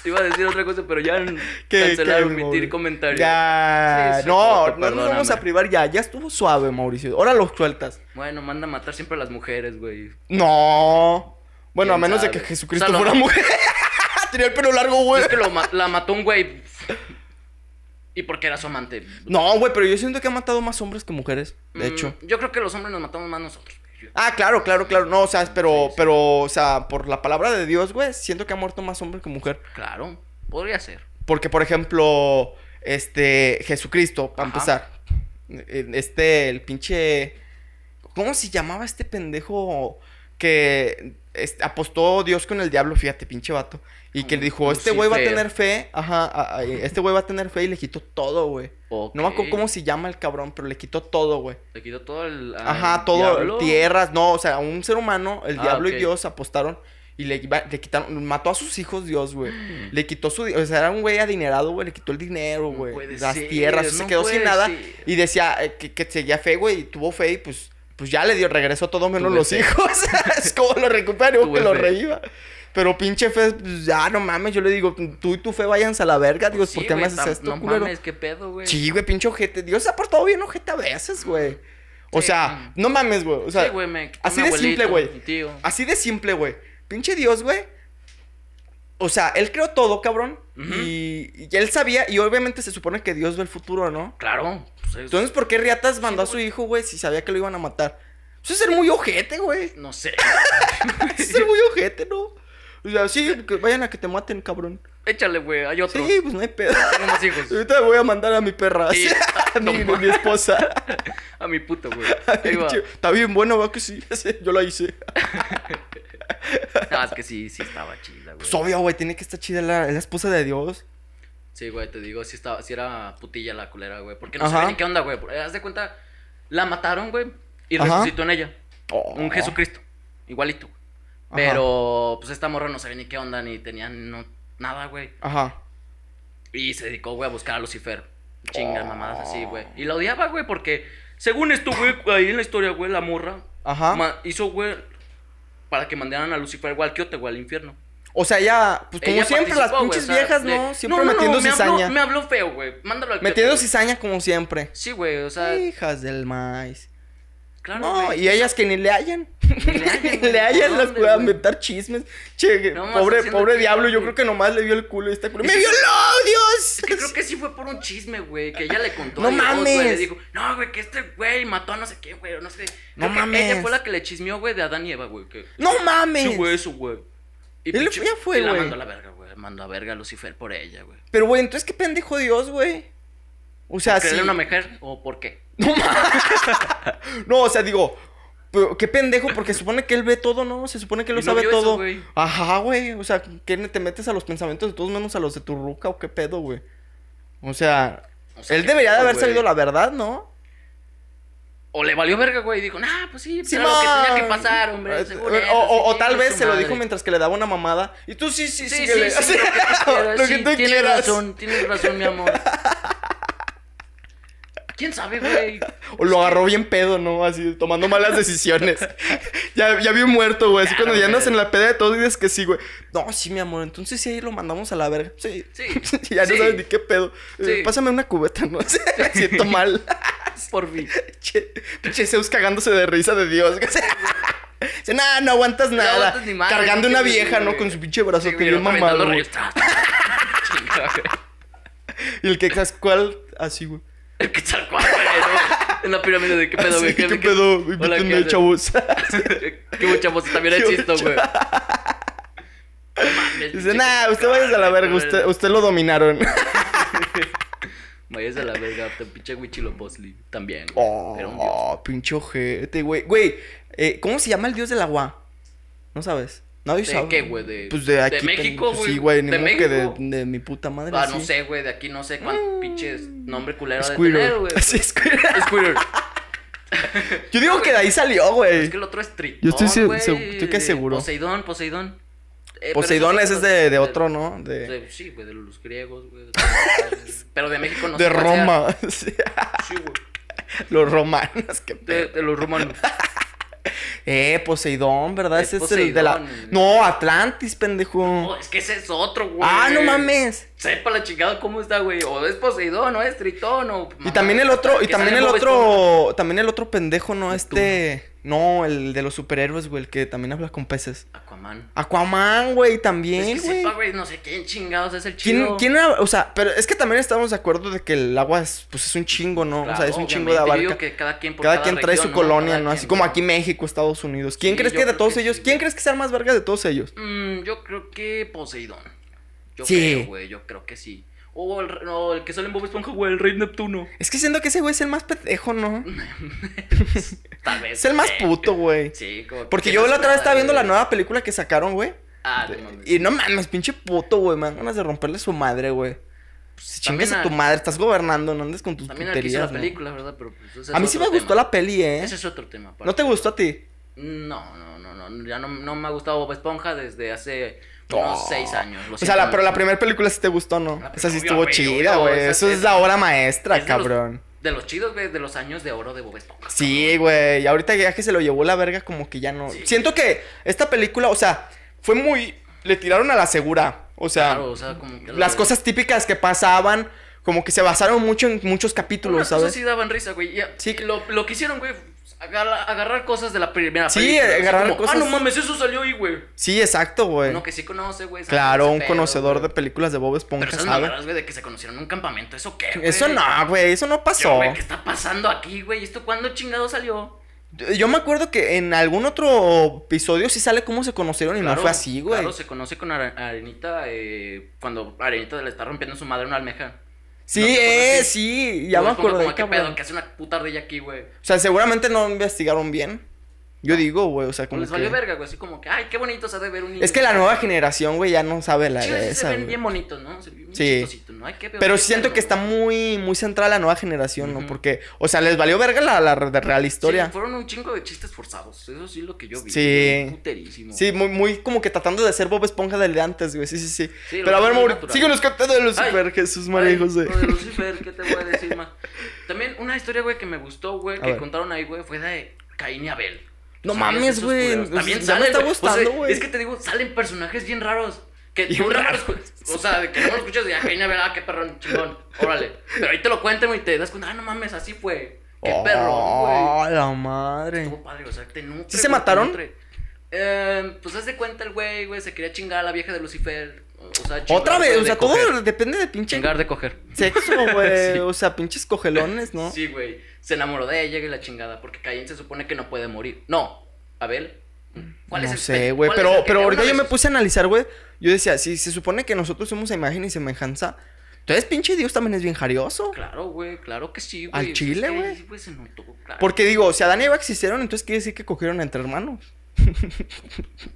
Te iba a decir otra cosa, pero ya n-
Que-
cancelar,
que,
omitir
Mauricio.
comentarios.
Ya.
Sí, sí,
no,
te
no nos vamos
perdóname.
a privar ya. Ya estuvo suave, Mauricio. Ahora lo sueltas.
Bueno, manda a matar siempre a las mujeres, güey.
No. Bueno, a
¿Quién
menos de
sabe?
que Jesucristo
O sea, lo-
fuera mujer. Tenía el pelo largo, güey.
Es que lo ma- la mató un güey. Y porque era su amante.
No, güey, pero yo siento que ha matado más hombres que mujeres. De
Mm,
hecho.
Yo creo que los hombres nos matamos más nosotros. Yo-
Ah, claro, claro, claro. No, o sea, pero,
sí.
pero, o sea, por la palabra de Dios, güey, siento que ha muerto más hombre que mujer.
Claro, podría ser.
Porque, por ejemplo, este, Jesucristo, para
Ajá.
empezar. eh, Este, el pinche. ¿Cómo se llamaba este pendejo que este, apostó Dios con el diablo? Fíjate, pinche vato. Y que le dijo, este güey va a
Lucifer.
tener fe. Ajá, a- a- este güey va a tener fe y le quitó todo, güey. No me acuerdo cómo se llama el cabrón, pero le quitó todo, güey.
Le quitó todo el. al
Ajá, todo,
diablo.
tierras, no, o sea, un ser humano, el
Ah,
diablo
ok.
y Dios apostaron y le, iba- le quitaron, mató a sus hijos Dios, güey. Le quitó su, di- o sea, era un güey adinerado, güey, le quitó el dinero,
No
güey.
puede
las
ser,
tierras, o sea,
no
se quedó
puede
sin nada
ser.
y decía eh, que, que seguía fe, güey, y tuvo fe y pues, pues ya le dio, regresó todo menos
Tuve
los
fe.
hijos. es como lo recuperó,
Tuve
que lo
fe.
reviva. Pero pinche fe, pues, ya no mames, yo le digo, tú y tu fe váyanse a la verga, Dios,
Pues Sí,
¿por qué me
güey,
haces
tam-
esto,
No
culero?
mames, qué pedo, güey.
Sí, güey, pinche ojete. Dios se ha portado bien ojete a veces, güey. O
Sí.
sea, no mames, güey. O sea,
Sí, güey, me quitó
así
mi
de simple,
abuelito,
güey. Ah,
mi tío.
así de simple, güey. Pinche Dios, güey. O sea, él creó todo, cabrón.
Ujú.
y, y él sabía, y obviamente se supone que Dios ve el futuro, ¿no?
Claro. pues, es-
Entonces, ¿por qué Riatas mandó a su hijo, güey, si sabía que lo iban a matar? Eso es ser muy ojete, güey.
No sé.
Eso es ser muy ojete, ¿no? O sea, sí, que vayan a que te maten, cabrón.
Échale, güey, hay otro.
Sí, pues no hay pedo.
Tengo más hijos.
Ahorita voy a mandar a mi perra,
Sí.
a mi-
No
mi esposa.
A mi puta, güey. Ahí va.
Pinche- Está bien bueno, va que sí. Ese, Yo la hice.
Ah, es que sí, sí estaba chida, güey.
Pues obvio, güey, tiene que estar chida la, la esposa de Dios.
Sí, güey, te digo, sí, estaba, sí era putilla la culera, güey. Porque no
Ajá.
sabía ni qué onda, güey. porque, Haz de cuenta, la mataron, güey. Y
Ajá.
resucitó en ella.
Oh.
Un Jesucristo. Igualito. güey. Pero, pues esta morra no sabía ni qué onda, ni tenía no, nada, güey.
Ajá. Oh.
Y se dedicó, güey, a buscar a Lucifer. Chingas, mamadas así, güey. Y la odiaba, güey, porque Según esto, güey, ahí en la historia, güey, la morra
Ajá.
ma- hizo, güey, para que mandaran a Lucifer igual que Ote, güey, al infierno.
o sea, ya, pues como
Ella
siempre, las
participó, güey,
pinches
o sea,
viejas,
de-
¿no? Siempre metiendo
me habló-
cizaña.
me habló feo, güey. Mándalo al
Metiendo
cizaña.
cizaña como siempre.
Sí, güey, o sea,
Hijas del maíz.
claro.
No,
güey.
y ellas que ni le hallan.
le hallan, güey.
le hallan, las
¿Dónde,
puedan
güey?
inventar chismes. Che,
No, más
pobre,
haciendo
pobre
chismes,
diablo, yo
güey.
creo que nomás le vio el culo y está culo.
Es
¡Me
que-
violó,
Es que creo
Dios!
que sí fue por un chisme, güey, que ella le contó.
No
a Dios, güey,
mames.
Le dijo, no, güey, que este güey mató a no sé qué, güey, o no sé qué.
No
Creo que
mames.
Ella fue la que le chismeó, güey, de Adán y Eva, güey. Que...
¡No mames!
Sí, güey, eso, güey. Y
Él
pinche-
ya fue,
y la
güey.
mandó a la verga, güey. Mandó a verga a Lucifer por ella, güey.
Pero, güey, entonces qué pendejo Dios, güey. O sea,
¿Creerle
Ah, sí.
a una mujer o por qué?
No, o sea, digo, pero qué pendejo, porque se supone que él ve todo, ¿no? Se supone que él
Y
lo
no
sabe
vio eso,
todo.
güey.
Ajá, güey. O sea, ¿qué ne- te metes a los pensamientos de todos menos a los de tu ruca o qué pedo, güey? O sea,
O sea,
él
qué
debería de
pedo,
haber
güey.
sabido la verdad, ¿no?
O le valió verga, güey, y dijo, nah, pues sí, pues
Sí,
era lo que tenía que pasar, hombre.
Ah, o,
según él,
o-
no sé
o
qué,
tal
su
vez se lo
madre".
dijo mientras que le daba una mamada. Y tú sí, sí,
Sí, sí,
síguele.
sí, lo que tú quieras,
Lo que
sí,
tú
tienes
quieras.
razón, tienes razón, mi amor. ¿Quién sabe, güey?
O lo agarró bien pedo, ¿no? Así, tomando malas decisiones. ya, ya vi un muerto, güey. Así
Claro,
cuando ya andas
güey.
en la peda de todo dices que sí, güey. No, sí, mi amor. Entonces sí, ahí lo mandamos a la verga. Sí.
Sí.
ya no
Sí.
sabes ni qué pedo. Eh,
Sí.
Pásame una cubeta, ¿no? Me Siento mal.
Por fin.
che, pinche Zeus cagándose de risa de Dios. Dice, nah, no aguantas
No
nada.
aguantas ni madre,
Cargando
sí,
una
sí,
vieja,
sí,
¿no?
güey.
Con su pinche brazo
Sí,
que
güey,
bien
el otro
mamado.
aventando
güey.
rayos. Chingada, güey.
Y el que ¿cuál? Así, güey.
El que tal cual, güey, ¿no? En la pirámide de qué pedo,
Así,
güey.
Ah, ¿Qué,
de
pedo?
Hola,
Invítenme,
haces?
chavos.
Qué mucha voz también
Qué
existo,
mucha-
güey. No mames,
Dice,
pinche
nah,
cabrón,
usted vaya a la verga.
güey.
Usted, usted lo dominaron.
Vayas a la verga, te pinche Huichilo Bosley. También. güey. Era un dios.
Oh, pinche ojete, güey. Güey, eh, ¿cómo se llama el dios del agua? No sabes. Nadie
¿De
sabe.
qué, güey? ¿De-
pues de
de
aquí.
México,
pues
güey?
Sí, güey, ni
¿De
modo que de,
México?
de mi puta madre.
Ah,
sí. Mm.
no sé, güey. De aquí no sé cuánto pinche nombre culero de
Squirrel.
tener, güey.
Sí, Squirrel.
Squirrel.
Yo digo que de ahí salió, güey.
Es que el otro es Tritón.
Yo estoy se-
güey.
se- estoy que seguro.
Poseidón, Poseidón. Eh, pero
Poseidón,
esos
ese
son
es de, de
los-
otro, ¿no? De,
de- sí, güey, de los griegos, güey. de- pero de México no
de
sé cuál sea.
Roma. Sí,
Sí, güey.
Los romanos, qué pedo.
De, de los romanos.
Eh, Poseidón, ¿verdad?
Es
Ese es el de la.
Poseidón.
No, Atlantis, pendejo.
Oh, es que ese es otro, güey.
ah, no mames.
Sepa la chingada cómo está, güey. O es Poseidón, o es Tritón, o.
Y también el otro, y
Que
también
sale
el
Bob
otro, también el otro pendejo, ¿no? Este, no, el de los superhéroes, güey, el que también habla con peces.
Aquaman.
Aquaman, güey, también,
Es que
güey.
sepa, güey, no sé quién chingados es el
¿Quién,
chido.
¿Quién era? O sea, pero es que también estamos de acuerdo de que el agua es, pues es un chingo, ¿no? o sea, es un chingo de
abarca.
abarca.
que cada quien, por
Cada, quien trae
región,
su colonia,
Cada
¿no? Así
quien,
como
güey.
aquí México, Estados Unidos. ¿Quién
Sí,
crees
yo
que de
creo
todos
que
ellos?
sí,
¿Quién
güey.
crees que sea el más verga de todos ellos?
Mm, yo creo que Poseidón. Yo
Sí.
creo, güey, yo creo que sí. O el, no, el que sale en Bob Esponja, güey, el Rey Neptuno.
Es que siento que ese güey es el más pendejo, ¿no?
Mm, Tal vez.
Es el más
eh,
puto, güey.
Sí, como que
Porque
tiene
yo la
su
otra vez estaba
madre,
viendo la
güey.
nueva película que sacaron, güey.
Ah, no mames.
Y no mames, pinche puto, güey. Me dan ganas de romperle su madre, güey. Si chingas
Pues, también
a
a-
tu madre, estás gobernando, no andes con tus
También aquí hizo
puterías.
la
¿no?
película, ¿verdad? Pero pues, ese es
A mí sí me
otro
gustó
tema.
la peli, ¿eh?
Ese es otro tema. aparte.
¿No te gustó a ti?
No, no, no, no. Ya no, no me ha gustado Bob Esponja desde hace
Oh.
unos seis años. lo
O sea,
siento
la- pero la
mucho.
primera película sí te gustó, ¿no?
La
Esa sí
primera,
estuvo
güey,
chida,
obvio,
güey.
esa-
Eso es
es-
la obra
es
maestra,
de los-
cabrón.
De los chidos, güey, de los años de oro de Bob Esponja.
Sí, güey. Y ahorita ya que se lo llevó la verga, como que ya no.
Sí.
Siento que esta película, o sea, fue muy. Le tiraron a la segura. O sea,
Claro, o sea, como que
las cosas típicas que pasaban, como que se basaron mucho en muchos capítulos,
Unas cosas
¿sabes?
sí daban risa, güey. ya-
Sí.
y Lo, lo que hicieron, güey, agarra- agarrar cosas de la primera
Sí,
película, así
agarrar
como,
cosas-
Ah, no mames, eso salió ahí, güey.
Sí, exacto, güey.
Uno que sí conoce, güey. sabe
Claro,
ese
un
pedo,
conocedor
güey.
de películas de Bob Esponja,
Pero esas
¿sabes?
mamadas, güey, de que se conocieron en un campamento, ¿eso qué, güey?
Eso no, güey, eso no
Yo,
pasó.
güey, ¿qué está pasando aquí, güey? ¿Esto cuándo chingado salió?
Yo, yo me acuerdo que en algún otro episodio sí sale cómo se conocieron y no
Claro,
fue así, güey.
Claro, se conoce con Are- Arenita eh, cuando Arenita le está rompiendo su madre a una almeja.
sí,
no se
eh,
conoce.
sí, ya me
Bob Esponja
acordé,
como, ¿Qué
cabrón.
pedo? ¿Qué hace una puta ardilla aquí, güey?
O sea, seguramente no investigaron bien. Yo digo, güey, o sea,
Como
como
les Pues, valió
que-
verga, güey. Así como que, ay, qué bonito se ha de ver un niño.
Es que la nueva generación, güey, ya no sabe la
Sí,
de
sí
esa,
se ven
güey.
bien bonitos, ¿no? Se ven bien
Sí.
chistositos, ¿no? Ay, qué feo,
Pero
qué
sí siento
tierno,
que está
güey.
muy, muy central la nueva generación, ¿no?
Ujú.
Porque, o sea, les valió verga la, la de real
Sí,
historia.
fueron un chingo de chistes forzados. Eso sí es lo que yo vi.
Sí.
güey, Puterísimo.
Sí, muy, muy como que tratando de ser Bob Esponja del de antes, güey. Sí, sí, sí.
Sí, lo
Pero a ver,
hace muy
Mauri,
natural.
síguenos contando de Lucifer,
Ay,
Jesús María y
Ay,
José.
lo de Lucifer, ¿qué te voy a decir más? También una historia, güey, que me gustó, güey,
A
que
ver.
contaron ahí, güey, fue la de Caín y Abel.
No
¿Sabes?
mames,
Esos
güey,
culeros.
pues,
También
ya me
salen,
está
güey. O sea,
gustando, güey.
Es que te digo, salen personajes bien raros. Que
Bien
son raros,
raros.
güey. O sea, de que no lo escuchas de "Ah, Caín y Abel, ah, qué perrón, chingón. Órale. Pero ahí te lo cuentan, güey, y te das cuenta, ah, no mames, así fue. Qué perrón, güey.
Oh, la madre.
Estuvo padre, o sea, te nutre,
¿Sí se
güey, te
mataron?
nutre. Eh, pues haz de cuenta el güey, güey, se quería chingar a la vieja de Lucifer. O sea, chingar,
Otra
güey,
vez, o
de
sea,
coger.
todo depende de pinche
Chingar de coger.
sexo, güey.
Sí.
O sea, pinches cogelones, ¿no?
Sí, güey. Se enamoró de ella y la chingada, porque Caín se supone que no puede morir. No, Abel. ¿Cuál
no
es el
sé,
pe-
güey.
cuál es el
Pero,
que
pero
te-
ahorita
una
yo me
vez-
puse a analizar, güey. Yo decía, si se supone que nosotros somos a imagen y semejanza, entonces pinche Dios también es bien jarioso.
Claro, güey, claro que sí,
Al
güey. Pues
chile,
es que
güey.
ahí, se notó, claro.
Porque digo, si Adán y Eva existieron, entonces quiere decir que cogieron entre hermanos.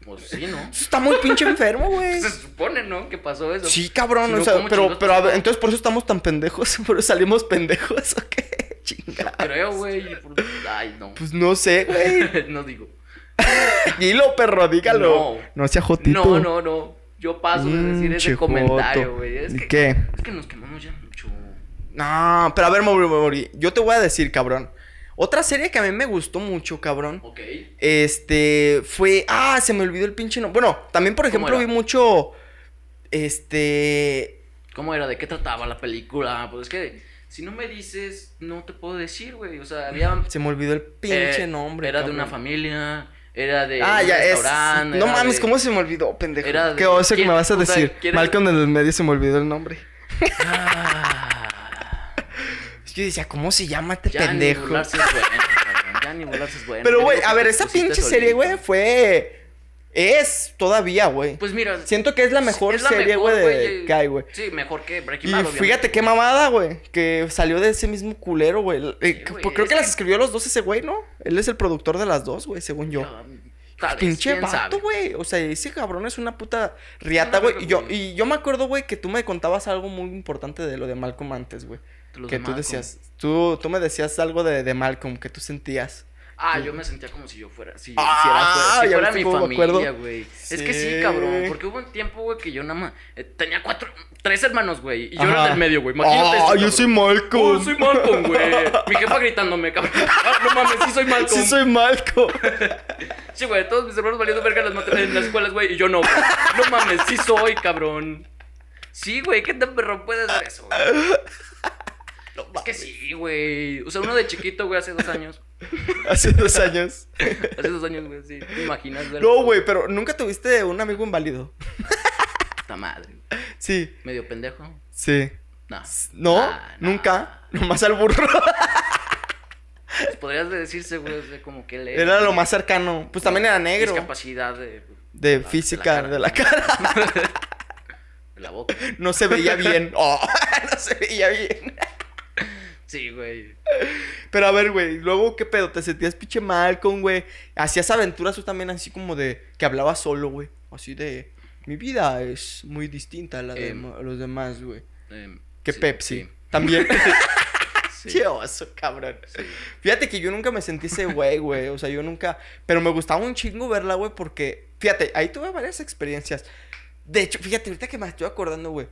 Pues sí, ¿no?
Eso está muy pinche enfermo, güey.
Se supone, ¿no? Que pasó eso.
Sí, cabrón,
Si
o
no,
sea,
¿cómo
pero,
chingados
pero a
pasó?
ver, entonces por eso estamos tan pendejos, por eso salimos pendejos, ¿o qué? Chinga.
Creo, güey. y por- Ay, no.
Pues no sé, güey.
no digo.
Dilo, perro, dígalo. No, sea jotito.
No, no, no. Yo paso de
Mm,
decir ese
che,
comentario,
joto.
güey. Es
¿Y
que,
qué?
Es que nos quemamos ya mucho.
No, pero a ver, Mauri, Mauri, yo te voy a decir, cabrón. Otra serie que a mí me gustó mucho, cabrón.
Ok.
Este, fue... Ah, se me olvidó el pinche nombre. Bueno, también, por
¿Cómo
ejemplo, vi
era?
mucho... Este...
¿Cómo era? ¿De qué trataba la película? Pues es que si no me dices, no te puedo decir, güey. O sea, había.
Se me olvidó el pinche
eh,
nombre.
Era de
cabrón.
una familia. Era de.
Ah,
un
ya es.
restaurante,
No
era
mames,
de-
¿cómo se me olvidó, pendejo?
Era de-
Qué oso que
¿Quién?
me vas a
O sea,
decir.
¿quién era?
Malcolm en el medio se me olvidó el nombre.
Ah,
Yo decía, ¿cómo se llama este
ya ni
pendejo?
burlarse es bueno, cabrón. Ya ni burlarse es bueno.
Pero,
Te
güey,
digo
a
que
ver,
te
esa
pusiste
pinche serie,
solito.
güey, fue. Es todavía, güey.
Pues mira.
Siento que es la mejor
es la
serie,
mejor,
güey, de
güey.
que hay, güey.
Sí, mejor que Breaking
Y
Bad. obviamente.
fíjate qué mamada, güey. Que salió de ese mismo culero, güey. Eh,
Sí,
que-
güey,
creo
es
que las
que-
escribió los dos ese güey, ¿no? Él es el productor de las dos, güey, según yo. pues,
Tal vez,
Pinche
quién sabe.
vato, güey. O sea, ese cabrón es una puta riata,
Una
güey. Y yo,
verga, güey.
y yo me acuerdo, güey, que tú me contabas algo muy importante de lo de Malcolm antes, güey.
Los
Que
de
tú
Malcolm.
decías, tú, tú me decías algo de, de Malcolm que tú sentías.
Ah, yo me sentía como si yo fuera. Si,
Ah,
si
ya
era,
ves
si
cómo
fuera
me
mi
acuerdo.
familia, güey. Es que sí,
Sí.
cabrón. Porque hubo un tiempo, güey, que yo nada más. eh, tenía cuatro. Tres hermanos, güey. Y yo era
Ajá.
del medio, güey. Imagínate.
Ah,
eso,
yo
cabrón.
soy Malcolm.
Oh, soy Malcolm, güey. Mi jefa gritándome, cabrón. Ah, no mames, sí soy Malcolm.
Sí, soy Malcolm.
Sí, güey, todos mis hermanos valiendo verga en las, mate- en las escuelas, güey. Y yo no, güey. No mames, sí soy, cabrón. Sí, güey, ¿qué tan perro puede hacer eso, güey? Es que sí, güey. O sea, uno de chiquito, güey, hace dos años.
Hace dos años.
Hace dos años, güey, sí. ¿Te imaginas, güey?
No, güey, pero nunca tuviste un amigo inválido.
Puta madre.
Sí,
Medio pendejo.
sí.
No.
¿No?
Ah, no.
Nunca. Nomás al burro.
Pues podrías decirse, güey, o sea, como que él
Era lo más cercano. Pues también era negro.
Discapacidad Ah, de,
De
la
física,
cara.
de la cara.
de la boca.
No se veía bien. Oh, no se veía bien.
Sí, güey.
Pero a ver, güey, luego qué pedo, te sentías pinche mal con, güey. Hacías aventuras tú también así como de que hablabas solo, güey. Así de mi vida es muy distinta a la de
Em.
mo- a los demás, güey.
Em,
Que
sí,
Pepsi.
sí,
También.
sí,
Che oso, cabrón.
sí.
Fíjate que yo nunca me sentí ese güey, güey. O sea, yo nunca. Pero me gustaba un chingo verla, güey, porque. Fíjate, ahí tuve varias experiencias. De hecho, fíjate, ahorita que me estoy acordando, güey.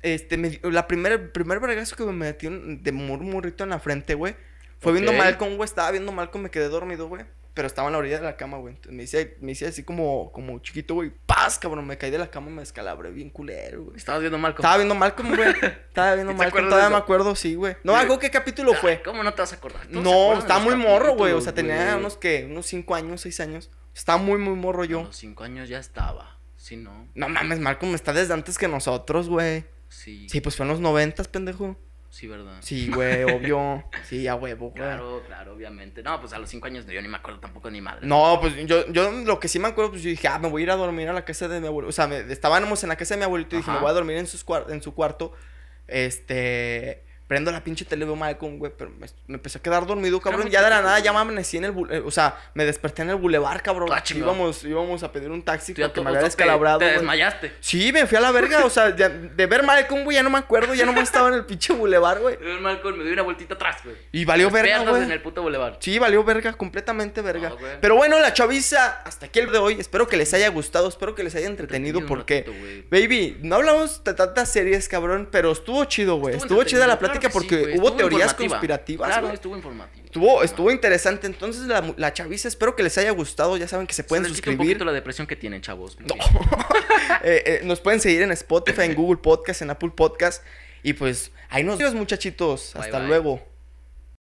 Este, me, la primera, el primer vergazo que me metió un- de murmurrito en la frente, güey. Fue viendo
Ok.
Malcolm, güey. Estaba viendo Malcolm, me quedé dormido, güey. Pero estaba en la orilla de la cama, güey. Entonces me hice, me hice así como, como chiquito, güey. ¡Paz, cabrón! Me caí de la cama y me descalabré bien culero, güey.
Estabas viendo mal
Estaba viendo Malcolm, güey. Estaba viendo
¿Te
Malcolm. Todavía
acuerdas de
me
eso? Ah,
acuerdo, sí, güey. No, me acuerdo qué capítulo fue.
¿Cómo no te vas a acordar? Todos se
No,
acuerdan de
estaba
los
muy morro, güey. O
capítulos,
sea, tenía
güey.
unos que, unos 5 años, 6 años. Estaba muy, muy morro
A
yo.
los cinco años ya estaba. Sí, no.
No mames, Malcolm está desde antes que nosotros, güey.
Sí.
Sí,
Sí,
pues fue en los noventas, pendejo.
¿verdad?
Sí, güey, obvio. Sí, a huevo, güey.
Claro, claro, obviamente. No, pues a los cinco años yo ni me acuerdo tampoco ni madre.
No, pues yo, yo lo que sí me acuerdo, pues yo dije, ah, me voy a ir a dormir a la casa de mi abuelo. O sea, me- estábamos en la casa de mi abuelito y dije,
Ajá.
me voy a dormir en, sus cuar- en su cuarto. Este. Prendo la pinche tele, veo Malcolm, güey, pero me, me empecé a quedar dormido, cabrón. Ya de la nada ya me amanecí en el... bu- eh, o sea, me desperté en el bulevar, cabrón.
Ah, chingado.
íbamos, íbamos a pedir un taxi
Tú ya
porque
to-
me había
te-
descalabrado,
Te,
güey.
desmayaste.
Sí, me fui a la verga, o sea, ya- de ver Malcolm, güey, ya no me acuerdo, ya no me estaba en el pinche bulevar, güey.
El Malcolm me dio una vueltita atrás, güey.
Y valió
Las
verga,
piernas
güey.
en el puto boulevard.
Sí, valió verga, completamente verga.
No, güey.
Pero bueno, la chaviza, hasta aquí el de hoy. Espero que les haya gustado, espero que les haya entretenido,
Entretenido
porque,
un ratito, güey.
baby, no hablamos de tantas series, cabrón, pero estuvo chido, güey. Estuvo, chida la
entretenido,
plática
claro que sí,
porque
güey.
hubo
Estuvo
teorías
informativa.
conspirativas,
Claro,
güey.
estuvo informativo.
Estuvo, estuvo interesante. Entonces, la, la chaviza, espero que les haya gustado. Ya saben que se pueden
Se les quita un
suscribir.
poquito la depresión que tienen, chavos. Muy
No.
bien.
Eh, eh, nos pueden seguir en Spotify, en Google Podcast, en Apple Podcast. Y pues, ahí nos vemos, muchachitos.
Bye,
Hasta
bye.
luego.